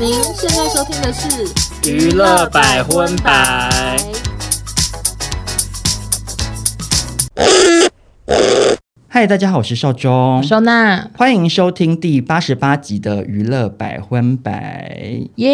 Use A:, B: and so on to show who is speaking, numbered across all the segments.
A: 您现在收听的是《
B: 娱乐百分百》。
C: 嗨，大家好，我是邵忠，
A: 收纳，
C: 欢迎收听第八十八集的娱乐百分百。
A: 耶！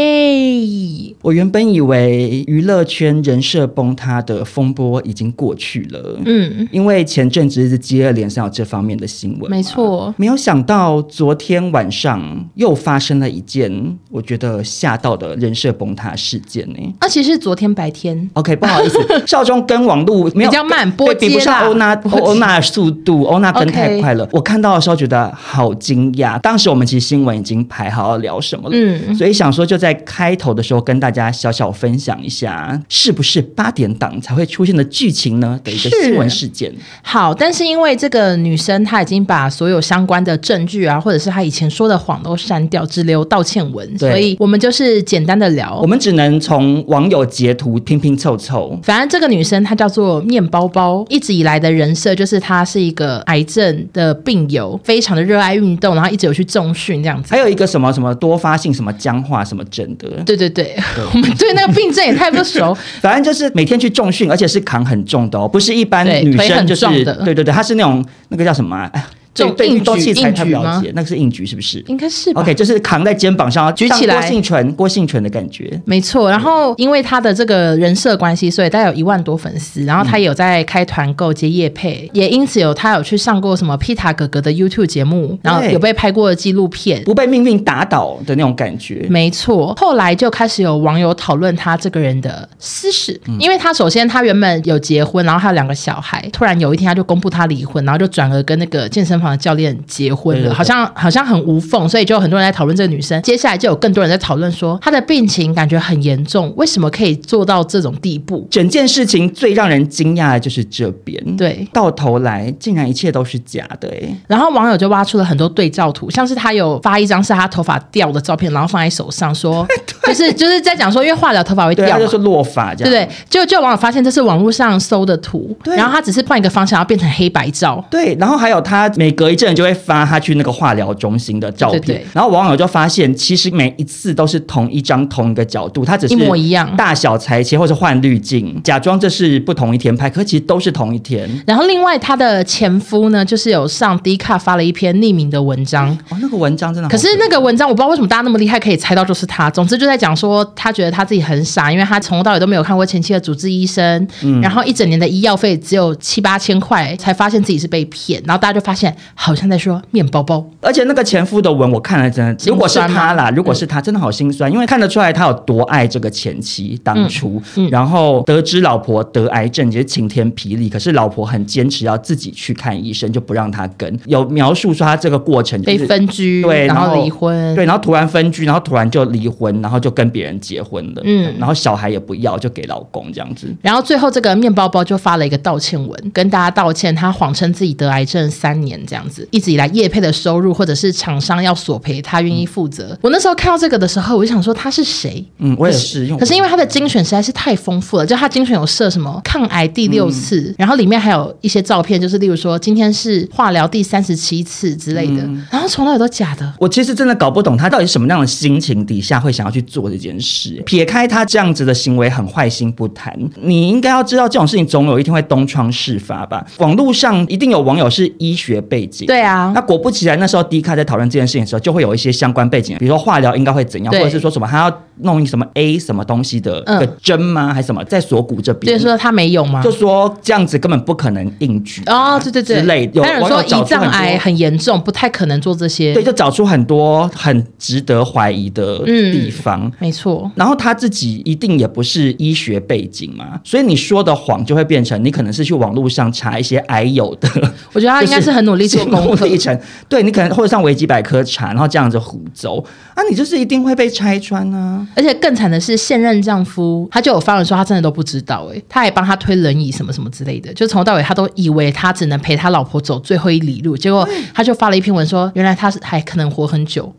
C: 我原本以为娱乐圈人设崩塌的风波已经过去了，
A: 嗯，
C: 因为前阵子一直接二连三有这方面的新闻，
A: 没。错，
C: 没有想到，昨天晚上又发生了一件我觉得吓到的人设崩塌事件呢、
A: 那、啊其实是昨天白天
C: OK，不好意 思，少中跟网路没有
A: 比较慢
C: 对
A: 波接
C: 比不上
A: 啦
C: 欧娜
A: 波接
C: 欧欧娜的速度，欧娜跟
A: OK
C: 太快了。我看到的时候觉得好惊讶，当时我们其实新闻已经排好要聊什么了。
A: 嗯
C: 所以想说，就在开头的时候跟大家小小分享一下，是不是八点档才会出现的剧情呢的一个
A: 是
C: 新闻事件？
A: 好，但是因为这个女生她已经把所有相关的证据啊，或者是她以前说的谎都删掉，只留道歉文，
C: 对
A: 所以我们就是简单的聊
C: 我。们只能从网友截图拼拼凑凑。
A: 反正这个女生她叫做面包包，一直以来的人设就是她是一个癌症的病友，非常的热爱运动，然后一直有去重训这样子。
C: 还有一个什么什么多发性什么僵化什么症的，
A: 对对对， 我们对那个病症也太不 熟。
C: 反正就是每天去重训，而且是扛很重的哦，不是一般
A: 对
C: 女
A: 腿
C: 生
A: 很
C: 就是
A: 重的
C: 对对对，她是那种那个叫什么、啊？哎对
A: 重
C: 对
A: 硬
C: 运动
A: 举
C: 器材
A: 硬
C: 太不
A: 举
C: 了
A: 吗
C: 解，那个是硬举是不是
A: 应该是吧。
C: ？OK，就是扛在肩膀上
A: 举起来
C: 像郭幸存郭幸存的感觉。
A: 没错，然后因为她的这个人设关系，所以大概有一万多粉丝，然后她也有在开团购接业配，也因此有她有去上过什么 Pita 哥哥的 YouTube 节目，然后
C: 对
A: 有被拍过的纪录片，
C: 不被命运打倒的那种感觉，
A: 没错，后来就开始有网友讨论他这个人的私事，
C: 嗯
A: 因为他首先他原本有结婚，然后还有两个小孩，突然有一天他就公布他离婚，然后就转而跟那个健身房的教练结婚了，
C: 对对对
A: 好像好像很无缝，所以就有很多人在讨论这个女生。接下来就有更多人在讨论说她的病情感觉很严重，为什么可以做到这种地步？
C: 整件事情最让人惊讶的就是这边，
A: 对
C: 到头来竟然一切都是假的、欸，
A: 然后网友就挖出了很多对照图，像是他有发一张是他头发掉的照片，然后放在手上 说，就是就是在讲说，因为化疗头发会
C: 对，
A: 掉
C: 他就
A: 嘛
C: 是，落法这
A: 对
C: 样，
A: 不对？就就网友发现这是网络上搜的图，
C: 对
A: 然后他只是换一个方向，要变成黑白照。
C: 对，然后还有他每隔一阵就会发他去那个化疗中心的照片，
A: 对对对
C: 然后网友就发现，其实每一次都是同一张同一个角度，他只是
A: 一模一样
C: 大小裁切或者换滤镜，假装这是不同一天拍，可其实都是同一天。
A: 然后另外他的前夫呢，就是有上 D 卡发了一篇匿名的文章。
C: 哦，那个文章真的好
A: 可是那个文章我不知道为什么大家那么厉害，可以猜到就是他。总之就在讲说，他觉得他自己很傻，因为他从头到尾都没有看过前妻的主治医生，
C: 嗯
A: 然后一整年的医药费只有七八千块，才发现自己是被骗。然后大家就发现好像在说面包包，
C: 而且那个前夫的文我看了真的，
A: 心酸吗嗯
C: 如果是他啦，如果是他，真的好心酸，因为看得出来他有多爱这个前妻当初，
A: 嗯
C: 然后得知老婆得癌症也是晴天霹雳，可是老婆很坚持要自己去看医生，就不让他跟，有描述说他这个过程、就是、
A: 被分居，
C: 对，
A: 然
C: 然
A: 后离婚，
C: 对，然后突然分居，然后突然就离婚，然后就跟别人结婚了，
A: 嗯
C: 嗯，然后小孩也不要，就给老公这样子。
A: 然后最后这个面包包就发了一个道歉文，跟大家道歉，他谎称自己得癌症三年这样子，一直以来业配的收入或者是厂商要索赔，他愿意负责。我那时候看到这个的时候，我就想说他是谁？
C: 嗯，我也是，
A: 可是因
C: 为
A: 为他的精选实在是太丰富了，就他精选有设什么抗癌第六次，
C: 嗯
A: 然后里面还有一些照片，就是例如说今天是化疗第三十七次之类的，
C: 嗯
A: 然后从来都假的。
C: 我其实真的搞不懂他到底什么样的心情底下会想要去做这件事。撇开他这样子的行为很坏心不谈，你应该要知道这种事情总有一天会东窗事发吧？网络上一定有网友是医学背景，
A: 对啊
C: 那，果不其然，那时候迪卡在讨论这件事情的时候，就会有一些相关背景，比如说化疗应该会怎样，
A: 对
C: 或者是说什么他要弄什么 A 什么东西的
A: 嗯
C: 的针吗，还是什么在锁骨
A: 就
C: 这
A: 是
C: 边。
A: 说他没有吗
C: 就？说这样子根本不可能硬举
A: 哦，对对对，
C: 之类有
A: 还有人
C: 网友
A: 说
C: 找
A: 胰
C: 出
A: 脏
C: 很多
A: 癌很严重，不太可能做这些。
C: 对，就找出很多很值得怀疑的
A: 嗯
C: 地方。
A: 没错，
C: 然后他自己一定也不是医学背景嘛，所以你说的谎就会变成你可能是去网络上查一些癌友的，
A: 我觉得他应该是很努力做功课
C: 历。程。对你可能或者上维基百科查，然后这样子胡诌啊，你就是一定会被拆穿啊。
A: 而且更惨的是，现任丈夫他就有发文说他真的都不知道、欸，他还帮他推轮椅什么什么之类的，就从头到尾他都以为他只能陪他老婆走最后一里路，结果他就发了一篇文说，原来他是还可能活很久。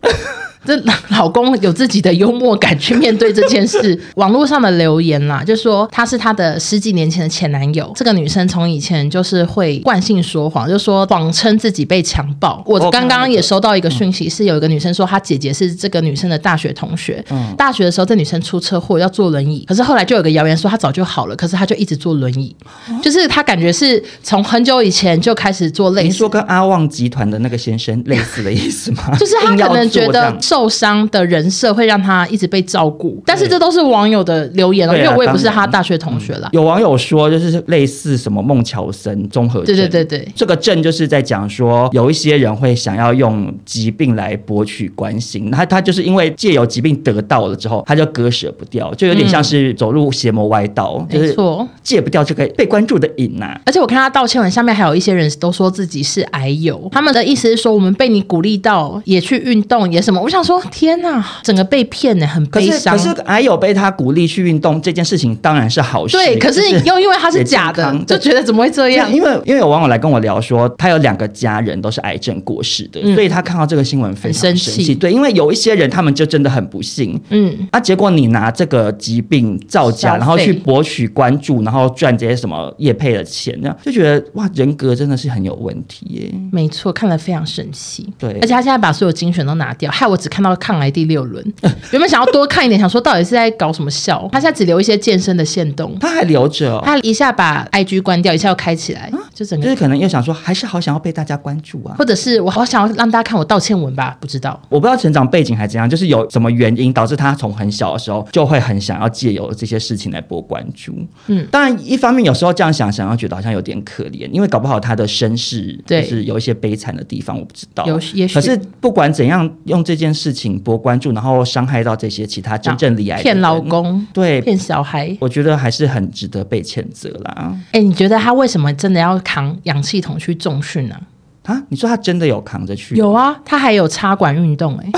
A: 这老老公有自己的幽默感去面对这件事。网络上的留言啦，就说他是他的十几年前的前男友。这个女生从以前就是会惯性说谎，就说谎称自己被强暴。我
C: 我
A: 刚
C: 看到
A: 刚
C: 那
A: 也
C: 个
A: 收到一个讯息，是有一个女生说她姐姐是这个女生的大学同学。
C: 嗯
A: 大学的时候，这女生出车祸要坐轮椅，可是后来就有个谣言说她早就好了，可是她就一直坐轮椅，就是她感觉是从很久以前就开始做类
C: 你
A: 似
C: 说跟阿旺集团的那个先生类似的意思吗？
A: 就是他
C: 硬要
A: 可能觉
C: 做这
A: 得
C: 样
A: 受伤的人设会让他一直被照顾，但是这都是网友的留言哦，因
C: 对啊
A: 为我也不是
C: 当
A: 他
C: 然
A: 大学同学啦。
C: 有网友说，就是类似什么孟乔森综合症，
A: 对对对对
C: 这个症就是在讲说，有一些人会想要用疾病来博取关心，他他就是因为借由疾病得到了之后，他就割舍不掉，就有点像是走入邪魔歪道，就
A: 没
C: 是
A: 错，
C: 戒不掉这个被关注的瘾呐、
A: 而且我看他道歉文下面还有一些人都说自己是癌友，他们的意思是说我们被你鼓励到也去运动也什么，我想说天呐，整个被骗欸呢，很
C: 可
A: 悲
C: 是可
A: 伤。
C: 是还有被他鼓励去运动这件事情当然是好事，
A: 对，可是
C: 就
A: 又因为他是
C: 也
A: 假
C: 健
A: 的，
C: 康
A: 就
C: 对
A: 觉得怎么会这样
C: 对？因为因为有网友来跟我聊说，他有两个家人都是癌症过世的，
A: 嗯
C: 所以他看到这个新闻非常
A: 很
C: 生
A: 生气
C: 气。对，因为有一些人他们就真的很不幸。
A: 嗯，
C: 啊！结果你拿这个疾病造
A: 消
C: 假，
A: 费
C: 然后去博取关注，然后赚这些什么业配的钱，这样就觉得哇，人格真的是很有问题耶。
A: 没错，看了非常生气。
C: 对
A: 而且他现在把所有精选都拿掉，害我只看到抗癌第六轮。 原本想要多看一点，想说到底是在搞什么笑。他现在只留一些健身的线动，
C: 他还留着、哦，
A: 他一下把 IG 关掉，一下又开起来，就整
C: 啊就
A: 个
C: 是。可能又想说，还是好想要被大家关注啊。
A: 或者是我好想要让大家看我道歉文吧，不知道。
C: 我不知道成长背景还怎样，就是有什么原因导致他从很小的时候就会很想要借由这些事情来博关注。
A: 嗯
C: 嗯，当然一方面有时候这样想，想要觉得好像有点可怜，因为搞不好他的身世就
A: 对
C: 是有一些悲惨的地方，我不知道。
A: 有也许
C: 可是不管怎样，用这件事情博关注，然后伤害到这些其他真正离癌的人
A: 骗老，公，
C: 对
A: 骗小孩。
C: 我觉得还是很值得被谴责啦。
A: 哎、你觉得他为什么真的要扛氧气筒去重训呢、
C: 啊，你说他真的有扛着去？
A: 有啊，他还有插管运动 哎、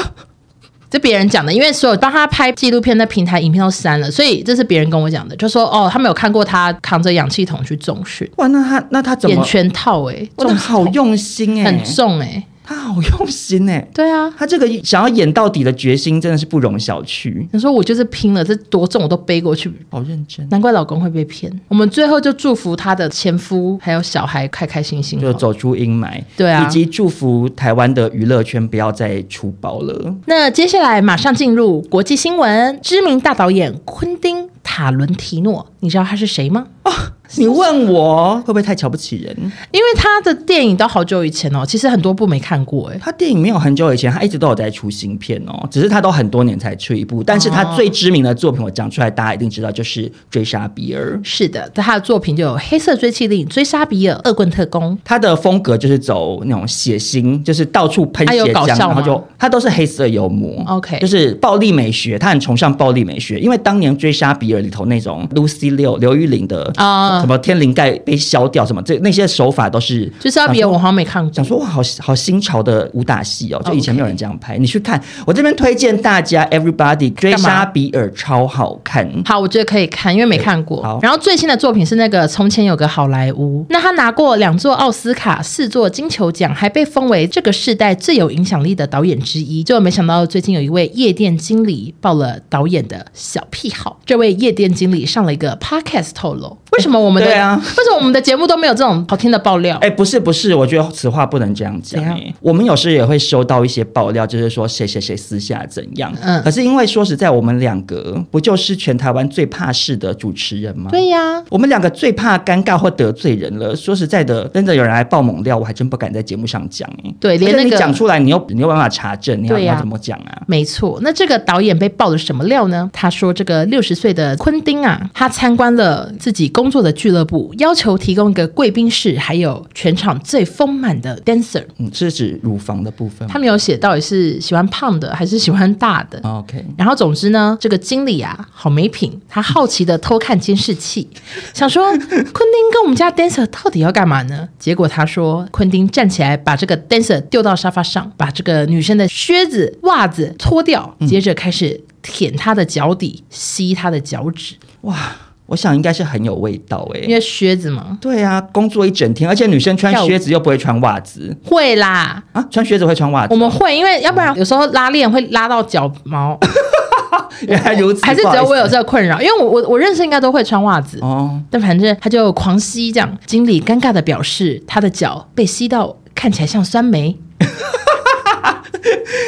A: 这别人讲的，因为所有帮他拍纪录片的平台影片都删了，所以这是别人跟我讲的，就说哦，他们有看过他扛着氧气筒去重训，
C: 哇，那他那他怎
A: 演
C: 么？
A: 全套哎、欸，
C: 哇，
A: 重
C: 那好用心哎、
A: 很重哎、
C: 他好用心哎、
A: 对啊，
C: 他这个想要演到底的决心真的是不容小觑，
A: 你说我就是拼了，这多重我都背过去，
C: 好认真。啊
A: 难怪老公会被骗。我们最后就祝福她的前夫还有小孩开开心心好
C: 就
A: 了，
C: 走出阴霾，
A: 嗯对啊
C: 以及祝福台湾的娱乐圈不要再出包了。
A: 那接下来马上进入国际新闻，知名大导演昆汀·塔伦提诺，你知道他是谁吗？
C: 你问我会不会太瞧不起人？
A: 因为他的电影都好久以前哦，其实很多部没看过哎。
C: 他电影没有很久以前，他一直都有在出新片哦，只是他都很多年才出一部。但是他最知名的作品，我讲出来大家一定知道，就是《追杀比尔》。
A: 是的，他的作品就有《黑色追妻令》《追杀比尔》《恶棍特工》。
C: 他的风格就是走那种血腥，就是到处喷
A: 他有
C: 血
A: 搞
C: 浆，
A: 笑
C: 然后
A: 吗
C: 就他都是黑色幽默
A: OK
C: 就是暴力美学，他很崇尚暴力美学，因为当年追杀比尔里头那种 Lucy 六刘玉玲的
A: 啊
C: 什么天灵盖被削掉什么，这那些手法都是
A: 追杀比尔我好像没看过
C: 想，说哇，好好新潮的武打戏哦，就以前
A: OK
C: 没有人这样拍。你去看，我这边推荐大家 Everybody 追杀比尔超好看。
A: 好，我觉得可以看，因为没看过
C: 好。
A: 然后最新的作品是那个《从前有个好莱坞》，那他拿过两座奥斯卡、四座金球奖，还被封为这个世代最有影响力的导演之一。结果没想到最近有一位夜店经理爆了导演的小癖好，这位夜店经理上了一个 podcast 透露，为什么我们的、
C: 对啊
A: 为什么我们的节目都没有这种好听的爆料？
C: 哎、不是不是，我觉得此话不能这样讲、
A: 怎样
C: 哎我们有时也会收到一些爆料，就是说谁谁谁私下怎样。
A: 嗯
C: 可是因为说实在，我们两个不就是全台湾最怕事的主持人吗？
A: 对呀、
C: 我们两个最怕尴尬或得罪人了。说实在的，真的有人来爆猛料，我还真不敢在节目上讲、哎，
A: 对连
C: 而且
A: 那个
C: 你讲出来，你又你又没办法查证，你要、
A: 对
C: 你
A: 呀
C: 要怎么讲啊？
A: 没错，那这个导演被爆了什么料呢？他说，这个六十岁的昆汀啊，他参观了自己工作的俱乐部，要求提供一个贵宾室，还有全场最丰满的 dancer。
C: 嗯，是指乳房的部分吗
A: 他没有写到底是喜欢胖的还是喜欢大的。
C: 哦？OK，
A: 然后，总之呢，这个经理啊，好没品，他好奇的偷看监视器， 想说昆汀跟我们家 dancer 到底要干嘛呢？结果他说，昆汀站起来把这个 dancer 丢到沙发上，把这个女生的靴子、袜子
C: 嗯
A: 脱掉，接着开始舔她的脚底，吸她的脚趾。
C: 哇，我想应该是很有味道哎、
A: 因为靴子嘛，
C: 对啊，工作一整天，而且女生穿
A: 跳舞
C: 靴子又不会穿袜子
A: 会啦，
C: 啊，嗯穿靴子会穿袜子
A: 我，们会，因为要不然有时候拉链会拉到脚 毛，
C: 原来如此，
A: 还是
C: 不
A: 只
C: 好意
A: 有
C: 思
A: 我有这个困扰，因为我我我认识应该都会穿袜子。
C: 哦，
A: 但反正他就狂吸，这样经理尴尬的表示，他的脚被吸到看起来像酸梅。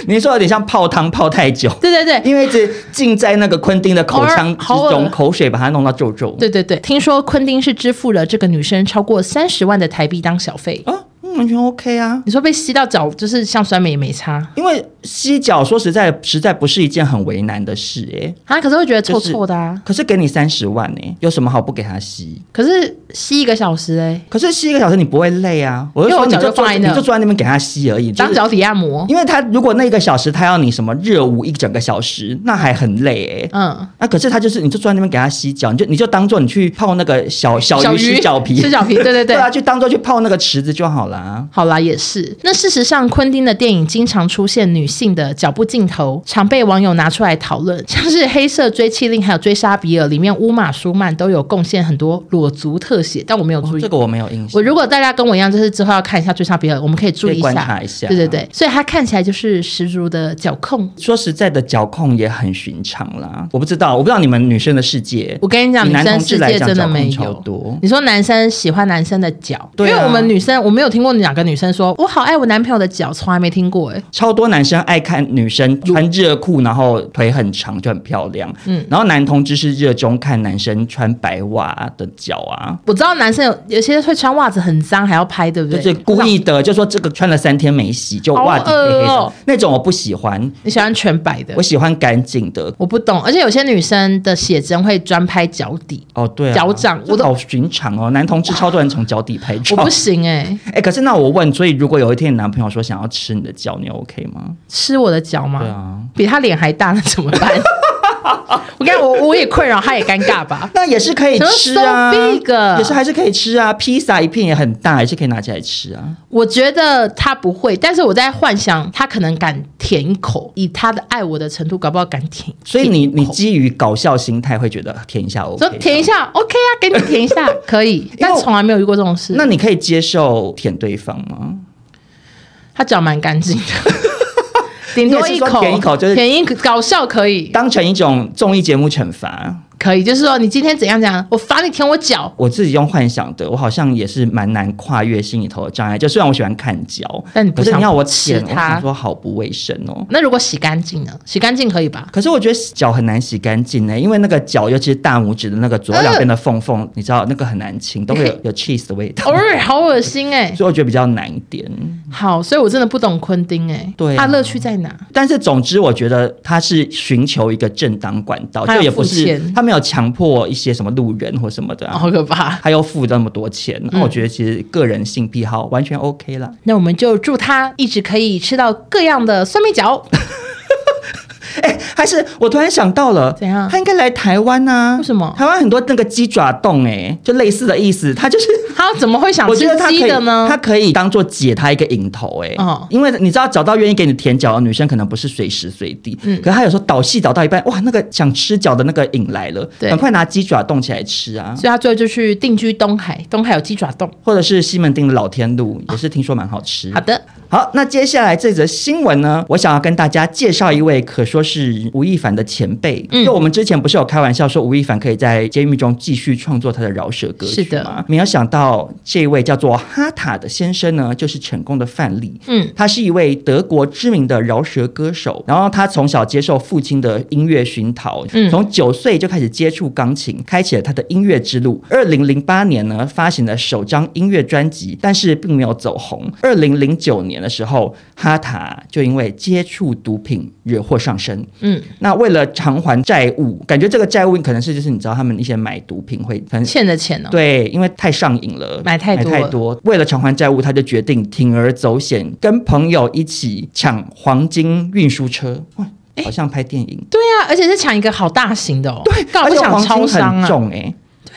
C: 你说有点像泡汤泡太久，
A: 对对对，
C: 因为一直浸在那个昆汀的口腔之
A: 好恶
C: 中，口水把它弄到皱皱。
A: 对对对，听说昆汀是支付了这个女生超过三十万的台币当小费。
C: 啊，嗯完全 OK 啊。
A: 你说被吸到脚就是像酸梅也没差
C: 因为洗脚说实在，实在不是一件很为难的事哎、
A: 啊，可是会觉得臭
C: 就是
A: 臭的啊。
C: 可是给你三十万哎、有什么好不给他吸？
A: 可是吸一个小时哎、
C: 可是吸一个小时你不会累啊？我就
A: 因为
C: 说
A: 我
C: 你
A: 脚
C: 就
A: 就
C: 坐
A: 放在
C: 你
A: 那
C: 就坐在那边给他吸而已，就
A: 当
C: 是
A: 脚底按摩。
C: 因为他如果那一个小时他要你什么热舞一整个小时，那还很累哎、
A: 嗯，
C: 那、可是他就是，你就坐在那边给他洗脚，你就你就当做你去泡那个小 小
A: 小
C: 鱼洗脚皮，
A: 吃脚皮，对对对。
C: 对啊，就当做去泡那个池子就好啦。
A: 好啦，也是。那事实上，昆汀的电影经常出现女性的脚步镜头，常被网友拿出来讨论。像是《黑色追妻令》还有《追杀比尔》里面，乌玛舒曼都有贡献很多裸足特写，但我没有注意。
C: 哦这个我没有印象。
A: 我如果大家跟我一样，就是之后要看一下《追杀比尔》，我们可以注意
C: 可以
A: 一
C: 观
A: 下
C: 察，一下
A: 对对对，所以他看起来就是十足的脚控。
C: 说实在的，脚控也很寻常啦。我不知道，我不知道你们女生的世界。
A: 我跟你讲，
C: 以
A: 女
C: 男
A: 生
C: 同志
A: 世
C: 来
A: 界
C: 讲
A: 真的没
C: 脚控
A: 有
C: 超多
A: 你说男生喜欢男生的脚，
C: 对啊
A: 因为我们女生，我没有听过哪个女生说我好爱我男朋友的脚，从来没听过哎、
C: 超多男生爱看女生穿热裤，然后腿很长就很漂亮。嗯，然后男同志是热衷看男生穿白袜的脚啊，
A: 我知道男生有有些会穿袜子很脏，还要拍，对不
C: 就
A: 对？
C: 是故意的，就说这个穿了三天没洗，就袜底黑黑
A: 好恶
C: 的
A: 哦
C: 那种，我不喜欢，
A: 你喜欢全白的
C: 我，喜欢干净的。
A: 我不懂。而且有些女生的写真会专拍脚 底，
C: 哦，对、啊，
A: 脚掌
C: 这
A: 我都
C: 好寻常哦。男同志超多人从脚底拍
A: 我
C: 照，
A: 不行哎、
C: 哎、可是那我问，所以如果有一天你男朋友说想要吃你的脚，你 OK 吗？
A: 吃我的脚吗？
C: 对啊，
A: 比他脸还大，那怎么 办？我跟你讲我我也困扰，他也尴尬吧？
C: 那也是可以吃
A: 什么
C: 啊，
A: so big
C: 也是还是可以吃啊。披萨一片也很大，也是可以拿起来吃啊。
A: 我觉得他不会，但是我在幻想他可能敢舔一口，以他的爱我的程度，搞不好敢舔。
C: 所以你
A: 舔一
C: 你
A: 口
C: 基于搞笑心态会觉得舔一下 OK，
A: 说舔一
C: 下，
A: 下，OK 啊，给你舔一下，可以，但从来没有遇过这种事。
C: 那你可以接受舔对方吗？
A: 他脚蛮干净的， 顶多
C: 你也
A: 一
C: 是
A: 口
C: 说舔一口就是
A: 舔一口搞笑可以，
C: 当成一种综艺节目惩罚？
A: 可以，就是说你今天怎样怎样，我罚你舔我脚，
C: 我自己用幻想的，我好像也是蛮难跨越心里头的障碍。就虽然我喜欢看脚，
A: 但你不
C: 可是
A: 想
C: 你要我
A: 吃
C: 舔，我
A: 它
C: 想说好不卫生哦。
A: 那如果洗干净呢？洗干净可以 吧？
C: 可是我觉得脚很难洗干净欸呢，因为那个脚，尤其是大拇指的那个左右两边的缝缝，你知道那个很难清，都会 有有 cheese 的味道，
A: 偶尔好恶心哎、
C: 所以我觉得比较难一点。
A: 好，所以我真的不懂昆汀哎、
C: 对
A: 他
C: 啊
A: 乐趣在哪？
C: 但是总之，我觉得他是寻求一个正当管道，
A: 他有
C: 就也不
A: 付
C: 是
A: 钱哦
C: 他没有强迫一些什么路人或什么的、啊。
A: 好可怕！
C: 他又付那么多钱，
A: 嗯
C: 那我觉得其实个人性癖好完全 OK 啦。
A: 那我们就祝他一直可以吃到各样的酸梅角。
C: 哎、还是我突然想到了，
A: 怎样
C: 他应该来台湾啊？
A: 为什么
C: 台湾很多那个鸡爪冻，哎，就类似的意思，他就是
A: 他怎么会想
C: 我
A: 吃
C: 觉得他可
A: 鸡
C: 以
A: 的，呢
C: 他？可以当做解他一个瘾头、哎、
A: 哦
C: 因为你知道找到愿意给你舔脚的女生，可能不是随时随地，
A: 嗯
C: 可是她有时候导戏导到一半，哇，那个想吃脚的那个瘾来了，
A: 对
C: 赶快拿鸡爪冻起来吃啊，
A: 所以他最后就去定居东海，东海有鸡爪冻。
C: 或者是西门町的老天路，也是听说蛮好吃。
A: 好的，
C: 好，那接下来这则新闻呢，我想要跟大家介绍一位可说是吴亦凡的前辈。
A: 嗯
C: 就我们之前不是有开玩笑说吴亦凡可以在监狱中继续创作他的饶舌歌曲
A: 是的
C: 吗？没有想到这位叫做哈塔的先生呢，就是成功的范例。
A: 嗯，
C: 他是一位德国知名的饶舌歌手，然后他从小接受父亲的音乐熏陶，
A: 嗯
C: 从九岁就开始接触钢琴，开启了他的音乐之路。二零零八年呢，发行了首张音乐专辑，但是并没有走红。二零零九年的时候，哈塔就因为接触毒品惹祸上身，
A: 嗯，
C: 那为了偿还债务，感觉这个债务可能是就是你知道他们一些买毒品会很
A: 欠的钱哦。
C: 对，因为太上瘾了，
A: 买太多
C: 买太
A: 了
C: 多。为了偿还债务，他就决定铤而走险，跟朋友一起抢黄金运输车。哇，好像拍电影。
A: 对啊，而且是抢一个好大型的哦，对，搞
C: 而
A: 不
C: 且
A: 抢
C: 黄
A: 超
C: 金
A: 商
C: 很
A: 啊。
C: 重哎、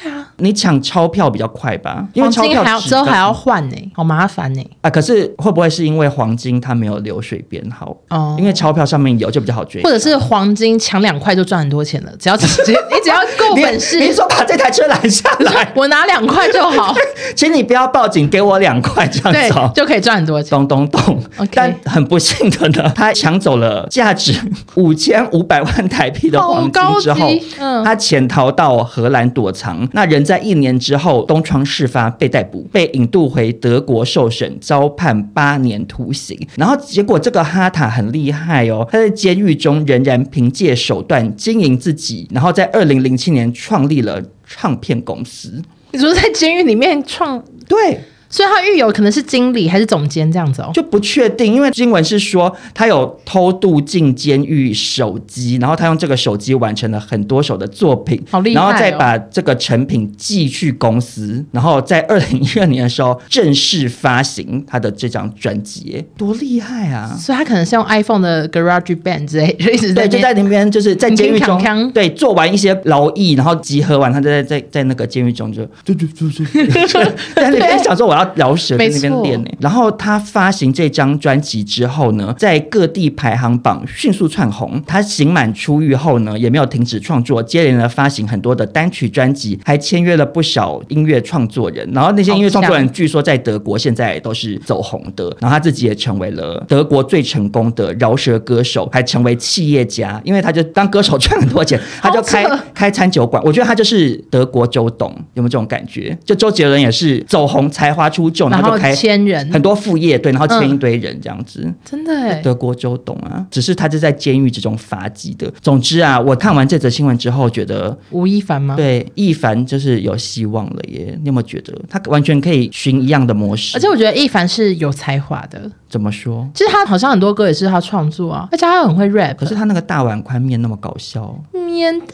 A: 啊，
C: 你抢钞票比较快吧？因为
A: 黄
C: 钞
A: 金
C: 票
A: 还要
C: 纸
A: 之后还
C: 张
A: 要换呢、好麻烦呢、
C: 啊，可是会不会是因为黄金它没有流水编号？
A: 哦
C: 因为钞票上面有就比较好追
A: 或
C: 查。
A: 者是黄金抢两块就赚很多钱了，只要直 接你只要够
C: 你
A: 本事，
C: 你是说把这台车拦下 来，
A: 我拿两块就 好，
C: 请你不要报警，给我两块这样
A: 对
C: 子哦，。
A: 就可以赚很多钱。
C: 咚咚咚
A: OK
C: 但很不幸的呢，他抢走了 价值五千五百万台币的黄金之
A: 好
C: 后
A: 高级，嗯
C: 他潜逃到荷兰躲藏。那人在一年之后东窗事发被逮捕，被引渡回德国受审，遭判八年徒刑。然后结果这个哈塔很厉害哦，他在监狱中仍然凭借手段经营自己，然后在二零零七年创立了唱片公司。
A: 你说在监狱里面创，
C: 对，
A: 所以他狱友可能是经理还是总监这样子哦。
C: 就不确定，因为新闻是说他有偷渡进监狱手机，然后他用这个手机完成了很多首的作品，
A: 好厉害哦
C: 然后再把这个成品寄去公司，然后在二零一二年的时候正式发行他的这张专辑，多厉害啊！
A: 所以他可能是用 iPhone 的 Garage Band 之类，就一直在
C: 对，就
A: 那
C: 在
A: 边
C: 那边，就是在监狱
A: 铿锵
C: 中
A: 锵，
C: 对，做完一些劳役，然后集合完，他就在在在那个监狱中就，对对对对，就在那边想说我要饶舌，在
A: 没
C: 那边练
A: 错
C: 呢。然后他发行这张专辑之后呢，在各地排行榜迅速窜红。他刑满出狱后呢，也没有停止创作，接连了发行很多的单曲专辑，还签约了不少音乐创作人。然后那些音乐创作人据说在德国现在都是走红的，然后他自己也成为了德国最成功的饶舌歌手，还成为企业家，因为他就当歌手赚很多钱，他就 开
A: 好扯
C: 开餐酒馆。我觉得他就是德国周董，有没有这种感觉？就周杰伦也是走红，才华出众，然
A: 然
C: 后
A: 后
C: 就开
A: 千人，
C: 很多副业，对，然后签
A: 嗯
C: 一堆人这样子。
A: 真的哎，
C: 德国周董啊，只是他是在监狱之中发迹的。总之啊，我看完这则新闻之后，觉得
A: 吴亦凡吗？
C: 对一凡就是有希望了耶。你有没有觉得他完全可以循一样的模式？
A: 而且我觉得亦凡是有才华的，
C: 怎么说？
A: 其实他好像很多歌也是他创作啊，而且他很会 rap，
C: 可是他那个大碗宽面那么搞笑，
A: 免大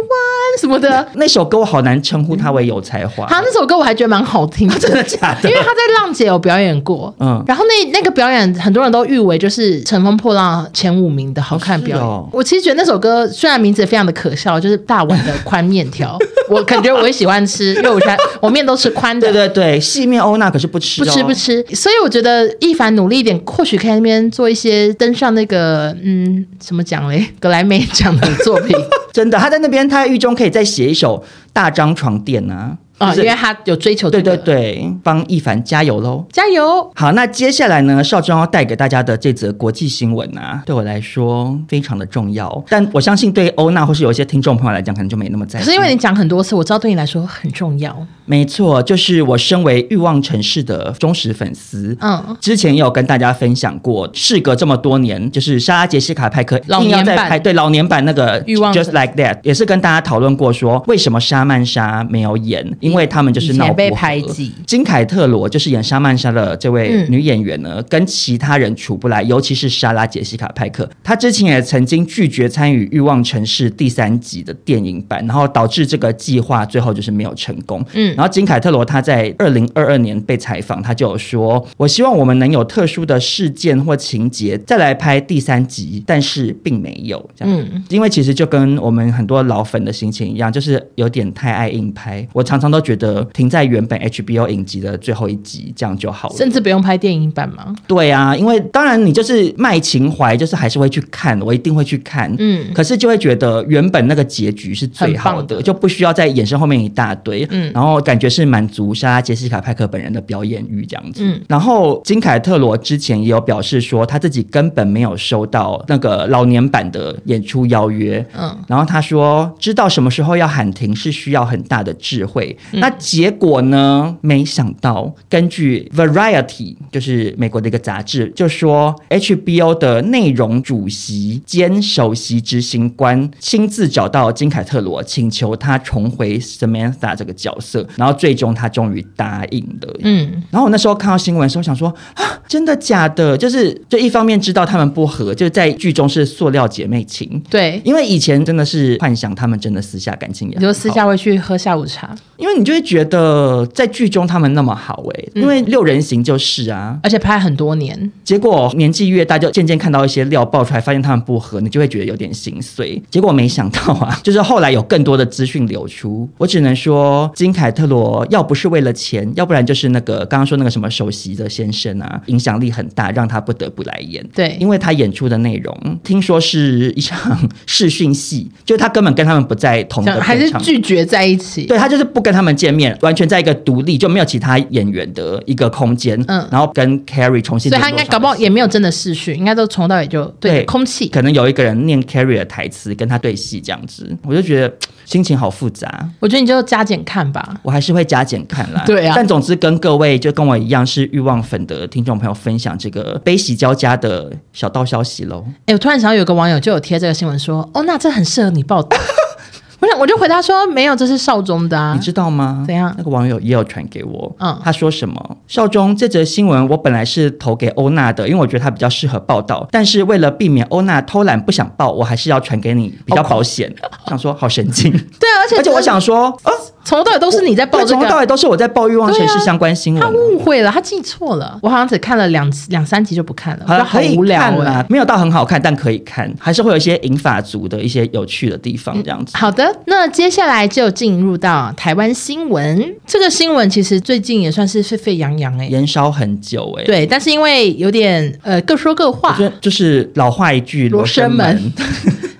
A: 湾什么的。
C: 那首歌我好难称呼他为有才华。
A: 嗯他那首歌我还觉得蛮好听
C: 真的假的
A: 因为他在浪姐有表演过，
C: 嗯
A: 嗯，然后那那个表演很多人都誉为就是《乘风破浪》前五名的好看表演。
C: 是哦
A: 我其实觉得那首歌虽然名字非常的可笑，就是大碗的宽面 条，我感觉我会喜欢吃，因为我喜欢我面都吃宽 的。
C: 对对对，细面欧娜可是不吃、哦，
A: 不吃不。吃，所以我觉得一凡努力一点，或许可以在那边做一些登上那个嗯什么奖嘞，格莱美奖的作 品
C: 真的，他在那边，他在狱中可以再写一首《大张床垫》啊。
A: 啊、
C: 就是
A: 因为他有追求、
C: 对对，对，帮一凡加油喽！
A: 加油！
C: 好，那接下来呢，少庄要带给大家的这则国际新闻啊，对我来说非常的重要，但我相信对欧娜或是有一些听众朋友来讲，可能就没那么在
A: 可
C: 意。
A: 是因为你讲很多次，我知道对你来说很重要。
C: 没错，就是我身为欲望城市的忠实粉丝，
A: 嗯，
C: 之前也有跟大家分享过，事隔这么多年，就是莎拉杰西卡派克
A: 老年版
C: 硬要再拍对老年版那个
A: 欲望城
C: Just Like That，也是跟大家讨论过说，为什么莎曼莎没有演，因为他们就是闹
A: 以
C: 不
A: 前被
C: 和
A: 排挤
C: 金凯特罗就是演莎曼莎的这位
A: 嗯
C: 女演员呢，跟其他人处不来，尤其是莎拉杰西卡派克，她之前也曾经拒绝参与《欲望城市》第三集的电影版，然后导致这个计划最后就是没有成功。
A: 嗯
C: 然后金凯特罗他在二零二二年被采访，他就有说：“我希望我们能有特殊的事件或情节再来拍第三集，但是并没有。”这样，
A: 嗯
C: 因为其实就跟我们很多老粉的心情一样，就是有点太爱硬拍。我常常都觉得停在原本 HBO 影集的最后一集，这样就好了。
A: 甚至不用拍电影版嘛。
C: 对啊，因为当然你就是卖情怀，就是还是会去看，我一定会去看。
A: 嗯
C: 可是就会觉得原本那个结局是最好
A: 很
C: 的，
A: 棒的
C: 就不需要再衍生后面一大堆。
A: 嗯
C: 然后感觉是满足莎拉杰西卡派克本人的表演欲这样子。
A: 嗯
C: 然后金凯特罗之前也有表示说，他自己根本没有收到那个老年版的演出邀约。
A: 嗯，
C: 然后他说，知道什么时候要喊停是需要很大的智慧。那结果呢？没想到，根据 Variety，就是美国的一个杂志，就说 HBO 的内容主席兼首席执行官亲自找到金凯特罗，请求他重回 Samantha 这个角色。然后最终他终于答应了。
A: 嗯，
C: 然后我那时候看到新闻的时候，想说啊，真的假的？就是就一方面知道他们不和，就在剧中是塑料姐妹情，
A: 对，
C: 因为以前真的是幻想他们真的私下感情也
A: 你就
C: 很
A: 私
C: 好
A: 下会去喝下午茶，
C: 因为你就会觉得在剧中他们那么好哎、因为六人行就是啊，
A: 而且拍很多年，
C: 结果年纪越大，就渐渐看到一些料爆出来，发现他们不合，你就会觉得有点心碎。结果没想到啊， 就是后来有更多的资讯流出，我只能说金凯特罗要不是为了钱，要不然就是那个刚刚说那个什么首席的先生啊，影响力很大，让他不得不来演。
A: 对
C: 因为他演出的内容，听说是一场 视讯戏，就是他根本跟他们不在同一
A: 想
C: 个
A: 还
C: 片
A: 是
C: 场
A: 拒绝在一起。
C: 对他就是不跟他们见面，完全在一个独立就没有其他演员的一个空间，
A: 嗯
C: 然后跟 Carrie 重新
A: 所
C: 联络上的时候，
A: 以他应该搞不好也没有真的试训，应该都从头到尾就对空气。
C: 可能有一个人念 Carrie 的台词跟他对戏这样子，我就觉得心情好复杂。
A: 我觉得你就加减看吧。
C: 我还是会加减看啦，
A: 对啊
C: 但总之跟各位就跟我一样是欲望粉的听众朋友分享这个悲喜交加的小道消息喽。
A: 哎、我突然想到有个网友就有贴这个新闻说，哦，那这很适合你报 道。我想我就回答说，没有，这是少中的啊
C: 你。知道吗？
A: 怎样
C: 那个网友也有传给我，
A: 嗯
C: 他说什么？少中这则新闻我本来是投给欧娜的，因为我觉得她比较适合报道，但是为了避免欧娜偷懒不想报，我还是要传给你，比较保险。
A: 哦
C: 想说好神 经，
A: 对啊，而且
C: 而且我想说，啊，
A: 从头到尾都是你在报
C: 对
A: 这
C: 从头
A: 个
C: 到
A: 啊，
C: 尾都是我在报欲望城市相关新闻
A: 他
C: 啊。
A: 误会了，他记错了。我好像只看了两两三集就不看了，我
C: 好
A: 觉
C: 了，
A: 得好
C: 可以
A: 无聊
C: 看
A: 哎、
C: 啦，没有到很好看，但可以看，还是会有一些银发族的一些有趣的地方，这样子。
A: 好的，那接下来就进入到台湾新闻。这个新闻其实最近也算是沸沸扬扬哎，
C: 燃烧很久哎、欸，
A: 对，但是因为有点呃各说各话，
C: 就就是老话一句，
A: 罗
C: 罗生
A: 生门
C: 门。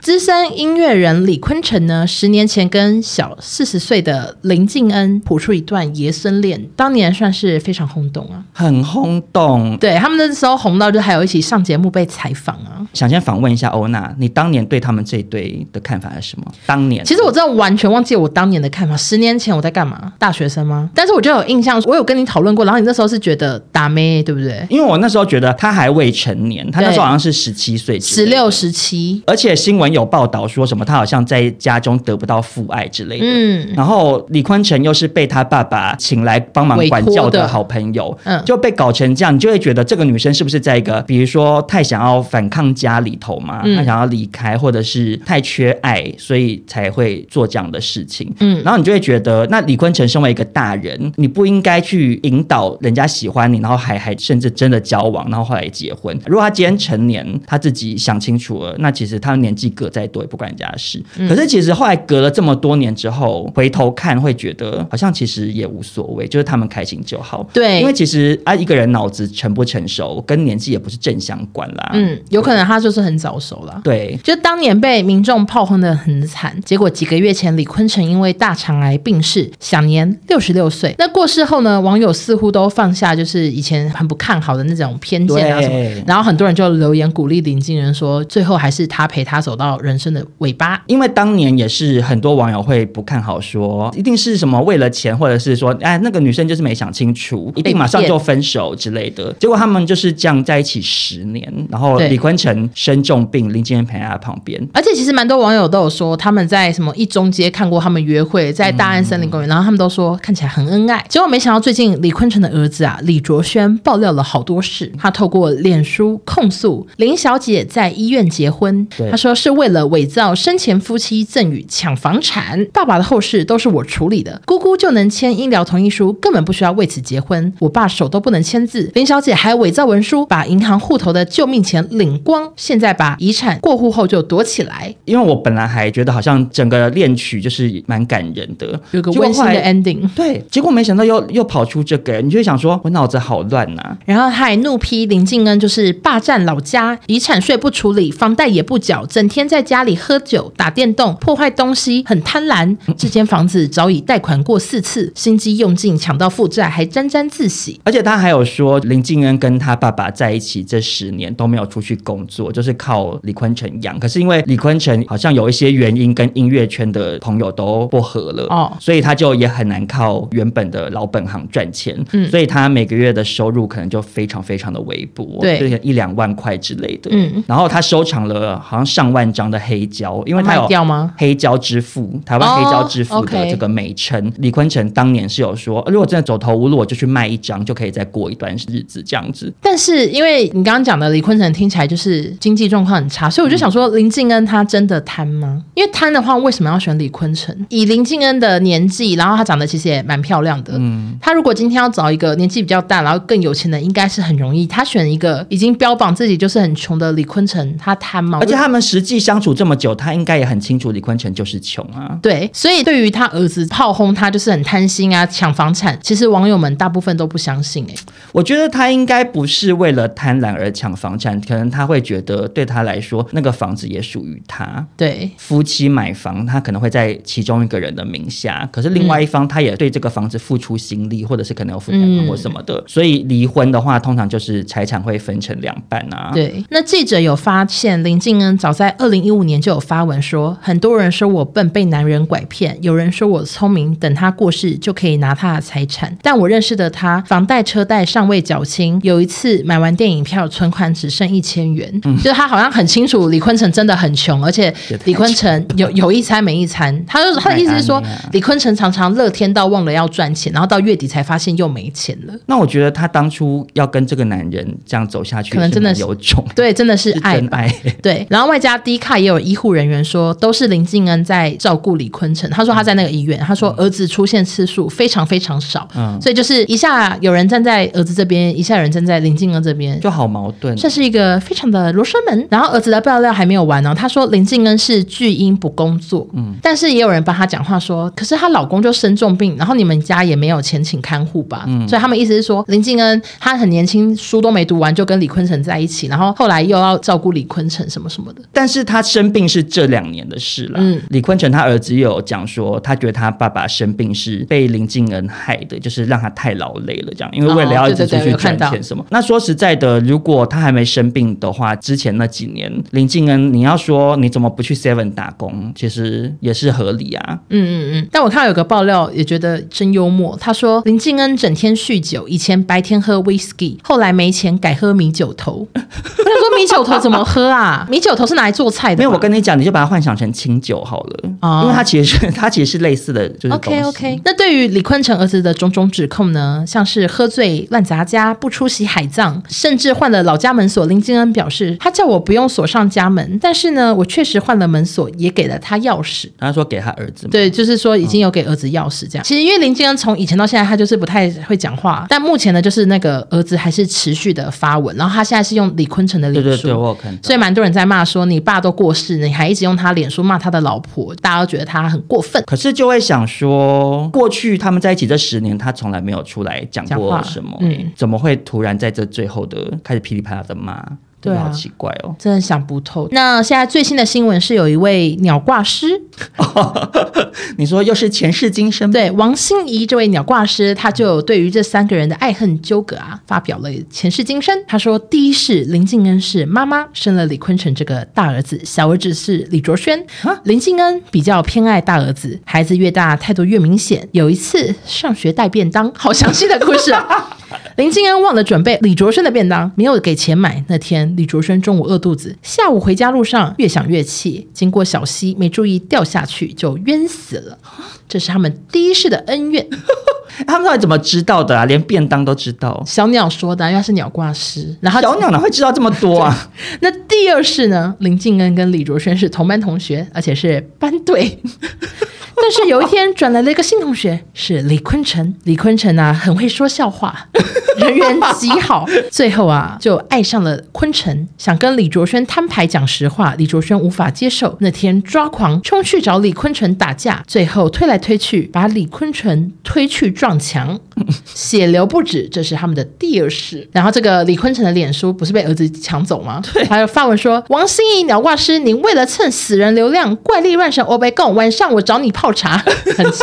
A: 资深音乐人李坤城呢，十年前跟小四十岁的林敬恩谱出一段《爷孙恋》，当年算是非常轰动啊。
C: 很轰动，
A: 对他们那时候红到，就还有一起上节目被采访啊。
C: 想先访问一下欧娜，你当年对他们这一对的看法是什么？当年
A: 其实我真的完全忘记我当年的看法，十年前我在干嘛？大学生吗？但是我就有印象，我有跟你讨论过，然后你那时候是觉得打妹，对不对？
C: 因为我那时候觉得他还未成年，他那时
A: 对
C: 候好像是十七岁，
A: 十六、。十七，
C: 而且新闻有报道说什么，他好像在家中得不到父爱之类的。
A: 嗯，
C: 然后李坤城又是被他爸爸请来帮忙管教的好朋友，
A: 委托的嗯
C: 就被搞成这样，你就会觉得这个女生是不是在一个，比如说太想要反抗家里头嘛，
A: 嗯
C: 她想要离开，或者是太缺爱，所以才会做这样的事情。
A: 嗯
C: 嗯，然后你就会觉得，那李坤城身为一个大人，你不应该去引导人家喜欢你，然后还还甚至真的交往，然后后来结婚。如果他今天成年，他自己想清楚了，那其实他年纪隔再多也不关人家的事。
A: 嗯
C: 可是其实后来隔了这么多年之后，回头看会觉得好像其实也无所谓，就是他们开心就好。
A: 对
C: 因为其实啊，一个人脑子成不成熟跟年纪也不是正相关啦。
A: 嗯，有可能他就是很早熟了。
C: 对，
A: 就当年被民众炮轰的很惨，结果几个月前李坤城因为大肠癌病逝，享年六十六岁。那过世后呢，网友似乎都放下就是以前很不看好的那种偏见啊
C: 对
A: 什么，然后很多人就留言鼓励林敬仁说，最后还是他陪他走到人生的尾巴。
C: 因为当年也是很多网友会不看好说，一定是什么为了钱，或者是说，哎，那个女生就是没想清楚，一定马上就分手之类的。结果他们就是这样在一起十年，然后
A: 对
C: 李坤城生重病，林敬恩陪在他旁边。
A: 嗯而且其实蛮多网友都有说，他们在什么一中街看过他们约会，在大安森林公园，然后他们都说看起来很恩爱。结果没想到最近李坤城的儿子啊李卓轩爆料了好多事，他透过脸书控诉林小姐在医院结婚，
C: 对
A: 他说是为了伪造生前夫妻赠与抢房产，爸爸的后事都是我处理的，姑姑就能签医疗同意书，根本不需要为此结婚，我爸手都不能签字。林小姐还伪造文书，把银行户头的救命钱领光，现在把遗产过户后就躲起来。
C: 因为我本来还觉得好像整个恋曲就是蛮感人的，
A: 有个
C: 结果
A: 温馨
C: 后
A: 的
C: 来
A: ending。
C: 对，结果没想到又又跑出这个，你就会想说，我脑子好乱啊呐、
A: 然后他还怒批林敬恩就是霸占老家，遗产税不处理，房贷也不缴，整天在家里喝酒、打电动、破坏东西，很贪婪。这间房子早已贷款过四次，心机用尽，抢到负债还沾沾自喜。
C: 而且他还有说，林敬恩跟他爸爸在一起这十年都没有出去工作，就是靠李坤城养。可是因为李坤城好像有一些原因跟音乐圈的朋友都不合了，
A: 哦
C: 所以他就也很难靠原本的老本行赚钱，
A: 嗯
C: 所以他每个月的收入可能就非常非常的微薄，
A: 对
C: 就是一两万块之类的，
A: 嗯
C: 然后他收藏了好像上万章的黑胶，因为他
A: 卖
C: 有
A: 掉吗
C: 黑胶之父，台湾黑胶之
A: 哦
C: 父的
A: ，OK
C: 这个美称。李坤城当年是有说，呃如果真的走投无路，我就去卖一张，就可以再过一段日子这样子。
A: 但是因为你刚刚讲的李坤城听起来就是经济状况很差，所以我就想说林静恩他真的贪吗？因为贪的话，为什么要选李坤城？以林静恩的年纪，然后她长得其实也蛮漂亮的，嗯，她如果今天要找一个年纪比较大，然后更有钱的，应该是很容易。她选一个已经标榜自己就是很穷的李坤城，她贪吗？
C: 而且他们实际相处这么久，他应该也很清楚李坤城就是穷啊。
A: 对，所以对于他儿子炮轰他就是很贪心啊，抢房产，其实网友们大部分都不相信、欸，
C: 我觉得他应该不是为了贪婪而抢房产，可能他会觉得对他来说，那个房子也属于他。
A: 对，
C: 夫妻买房，他可能会在其中一个人的名下，可是另外一方他也对这个房子付出心力，或者是可能有负担啊
A: 嗯
C: 或什么的，所以离婚的话，通常就是财产会分成两半啊。，
A: 对，那记者有发现，林静恩早在二零一五年就有发文说，很多人说我笨，被男人拐骗；有人说我聪明，等他过世就可以拿他的财产。但我认识的他，房贷车贷尚未缴清。有一次买完电影票，存款只剩一千元，就是他好像很清楚李坤城真的很穷，而且
C: 嗯也太
A: 李坤城有有一餐没一餐。他就他的意思是说
C: 太安逸啊了，
A: 李坤城常常乐天到忘了要赚钱，然后到月底才发现又没钱了。
C: 那我觉得他当初要跟这个男人这样走下去，
A: 可能真的是
C: 有种，
A: 对，真的是
C: 是
A: 爱
C: 真
A: 吧
C: 爱。
A: 对，然后外加 D 卡也有医护人员说，都是林静恩在照顾李坤城。他说他在那个医院，他说儿子出现次数非常非常少，
C: 嗯
A: 所以就是一下有人站在儿子这边，一下有人站在林静恩这边。
C: 就好矛盾。
A: 这是一个非常的罗生门，然后儿子的爆料还没有完呢、哦他说林静恩是巨婴不工作，嗯，但是也有人帮她讲话说，可是她老公就生重病，然后你们家也没有钱请看护吧，嗯，所以他们意思是说林静恩她很年轻，书都没读完就跟李坤城在一起，然后后来又要照顾李坤城什么什么的，
C: 但是他生病是这两年的事啦。
A: 嗯
C: 李坤城他儿子也有讲说，他觉得他爸爸生病是被林静恩害的，就是让他太劳累了，这样，因为为了要一直
A: 哦对
C: 出
A: 对对
C: 去
A: 有看到
C: 赚钱什么。那说实在的，如果他还没生病的话，之前那几年林静恩，你要说你怎么不去 Seven 打工，其实也是合理啊。
A: 嗯嗯嗯。但我看到有个爆料也觉得真幽默，他说林静恩整天酗酒，以前白天喝 whisky，后来没钱改喝米酒头，我想说米酒头怎么喝 啊？米酒头是拿来做菜的吧，
C: 没有，我跟你讲，你就把它幻想成清酒好了，
A: 哦
C: 因为它其实是 它其实是类似的，就是东
A: OK
C: 西
A: OK，那对于李坤城儿子的种种指控呢，像是喝醉、乱砸家、不出席海葬，甚至换了老家门锁。林金恩表示，他叫我不用锁上家门，但是呢，我确实换了门锁，也给了他钥匙。
C: 他说给他儿子嘛，
A: 对，就是说已经有给儿子钥匙这样。其实因为林静恩从以前到现在，他就是不太会讲话，但目前呢，就是那个儿子还是持续的发文，然后他现在是用李坤城的脸
C: 对
A: 书，
C: 对对，我有看到。
A: 所以蛮多人在骂说你爸都过世，你还一直用他脸书骂他的老婆，大家都觉得他很过分。
C: 可是就会想说，过去他们在一起这十年，他从来没有出来讲
A: 讲
C: 过
A: 话
C: 什么、
A: 嗯
C: 欸怎么会突然在这最后的开始噼里啪啦的骂？
A: 对啊
C: 好奇怪哦。
A: 真的想不透。那现在最新的新闻是有一位鸟挂师，
C: 你说又是前世今生？，
A: 对王心怡这位鸟挂师，他就对于这三个人的爱恨纠葛啊，发表了前世今生。他说，第一世林静恩是妈妈生了李坤城这个大儿子，小儿子是李卓轩。林静恩比较偏爱大儿子，孩子越大态度越明显。有一次上学带便当，好详细的故事啊。林静恩忘了准备李卓轩的便当，没有给钱买。那天李卓轩中午饿肚子，下午回家路上越想越气，经过小溪没注意掉下去，就冤死了。这是他们第一世的恩怨。
C: 哎他们到底怎么知道的啊？连便当都知道。
A: 小鸟说的啊，因为他是鸟挂师。然后
C: 小鸟哪会知道这么多啊？
A: 那第二世呢？林静恩跟李卓轩是同班同学，而且是班 队。但是有一天转来了一个新同学，是李坤城。李坤城啊，很会说笑 话，人缘极好。最后啊，就爱上了坤城，想跟李卓轩摊牌讲实话，李卓轩无法接受。那天抓狂，冲去找李坤城打架，最后推来推去，把李坤城推去撞墙，血流不止。这是他们的第二世。然后这个李坤城的脸书不是被儿子抢走吗？对，还有发文说：“王心怡鸟挂师，你为了蹭死人流量，怪力乱神，欧北贡，晚上我找你泡。”泡茶，很 气，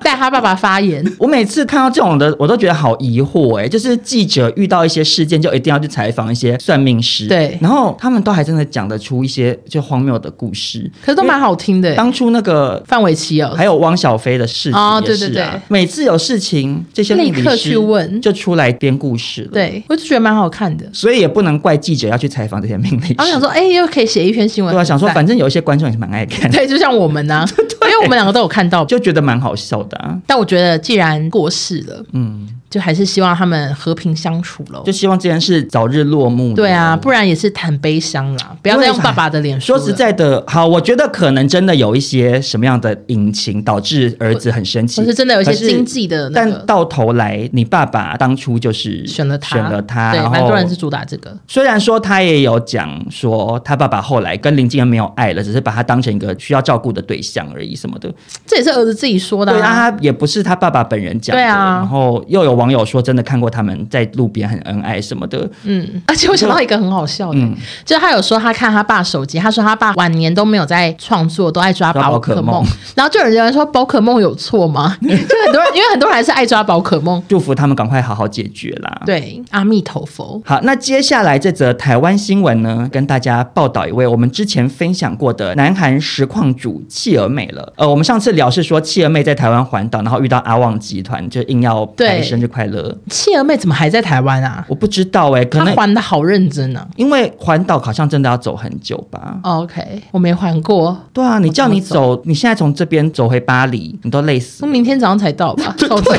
A: 带他爸爸发言。
C: 我每次看到这种的，我都觉得好疑惑哎、就是记者遇到一些事件，就一定要去采访一些算命师，
A: 对
C: 然后他们都还真的讲得出一些就荒谬的故事。
A: 可是都蛮好听的、
C: 当初那个
A: 范玮琪哦
C: 还，有汪小菲的事情也是、啊
A: 哦对对对
C: 每次有事情，这些命理
A: 立刻
C: 师
A: 去问
C: 就出来编故事了。，
A: 对我就觉得蛮好看的。
C: 所以也不能怪记者要去采访这些命理师。
A: 然后想说，哎、嗯又可以写一篇新闻，
C: 对啊，想说
A: 很赞
C: 反正有一些观众也是蛮爱看，
A: 对，就像我们 呐、因为我们两个都有看到。
C: 就觉得蛮好笑的、啊。
A: 但我觉得既然过世了，
C: 嗯，
A: 就还是希望他们和平相处喽
C: 就。希望这件事早日落幕。
A: 对啊，，不然也是很悲伤啦。不要再用爸爸的脸
C: 嗯说
A: 了
C: 实，在的，好，我觉得可能真的有一些什么样的隐情导致儿子很生气，
A: 或是真的有一些
C: 可是
A: 经济的那
C: 但
A: 个
C: 到头来，你爸爸当初就是
A: 选了他，
C: 选了他，
A: 对，
C: 然后
A: 蛮多人是主打这个。
C: 虽然说他也有讲说，他爸爸后来跟林静恩没有爱了，只是把他当成一个需要照顾的对象而已什么的。
A: 这也是儿子自己说的、
C: 对
A: 啊。
C: 啊，他也不是他爸爸本人讲的。
A: 对啊
C: 然后又有网友说，真的看过他们在路边很恩爱什么的。
A: 嗯，而且我想到一个很好笑的，
C: 嗯
A: 就是他有说他看他爸手机，他说他爸晚年都没有在创作，都爱抓
C: 抓宝
A: 宝
C: 可
A: 可
C: 梦
A: 梦。然后就有人说宝可梦有错吗？ 就很多人，因为很多人还是爱抓宝可梦。
C: 祝福他们赶快好好解决啦。
A: 对，阿弥陀佛。
C: 好，那接下来这则台湾新闻呢，跟大家报道一位我们之前分享过的南韩实况主企鹅妹了。呃，我们上次聊是说企鹅妹在台湾环岛，然后遇到阿旺集团，就硬要拍
A: 对
C: 生日快乐。
A: 企鹅妹怎么还在台湾啊？
C: 我不知道哎、可
A: 她
C: 能
A: 还的好认真啊。哦
C: 因为环岛好像真的要走很久吧？
A: OK，我没还过，
C: 对啊，你
A: 我怎
C: 叫
A: 么
C: 你走，你现在从这边走回巴黎，你都累死
A: 我。明天早上才到吧？走走，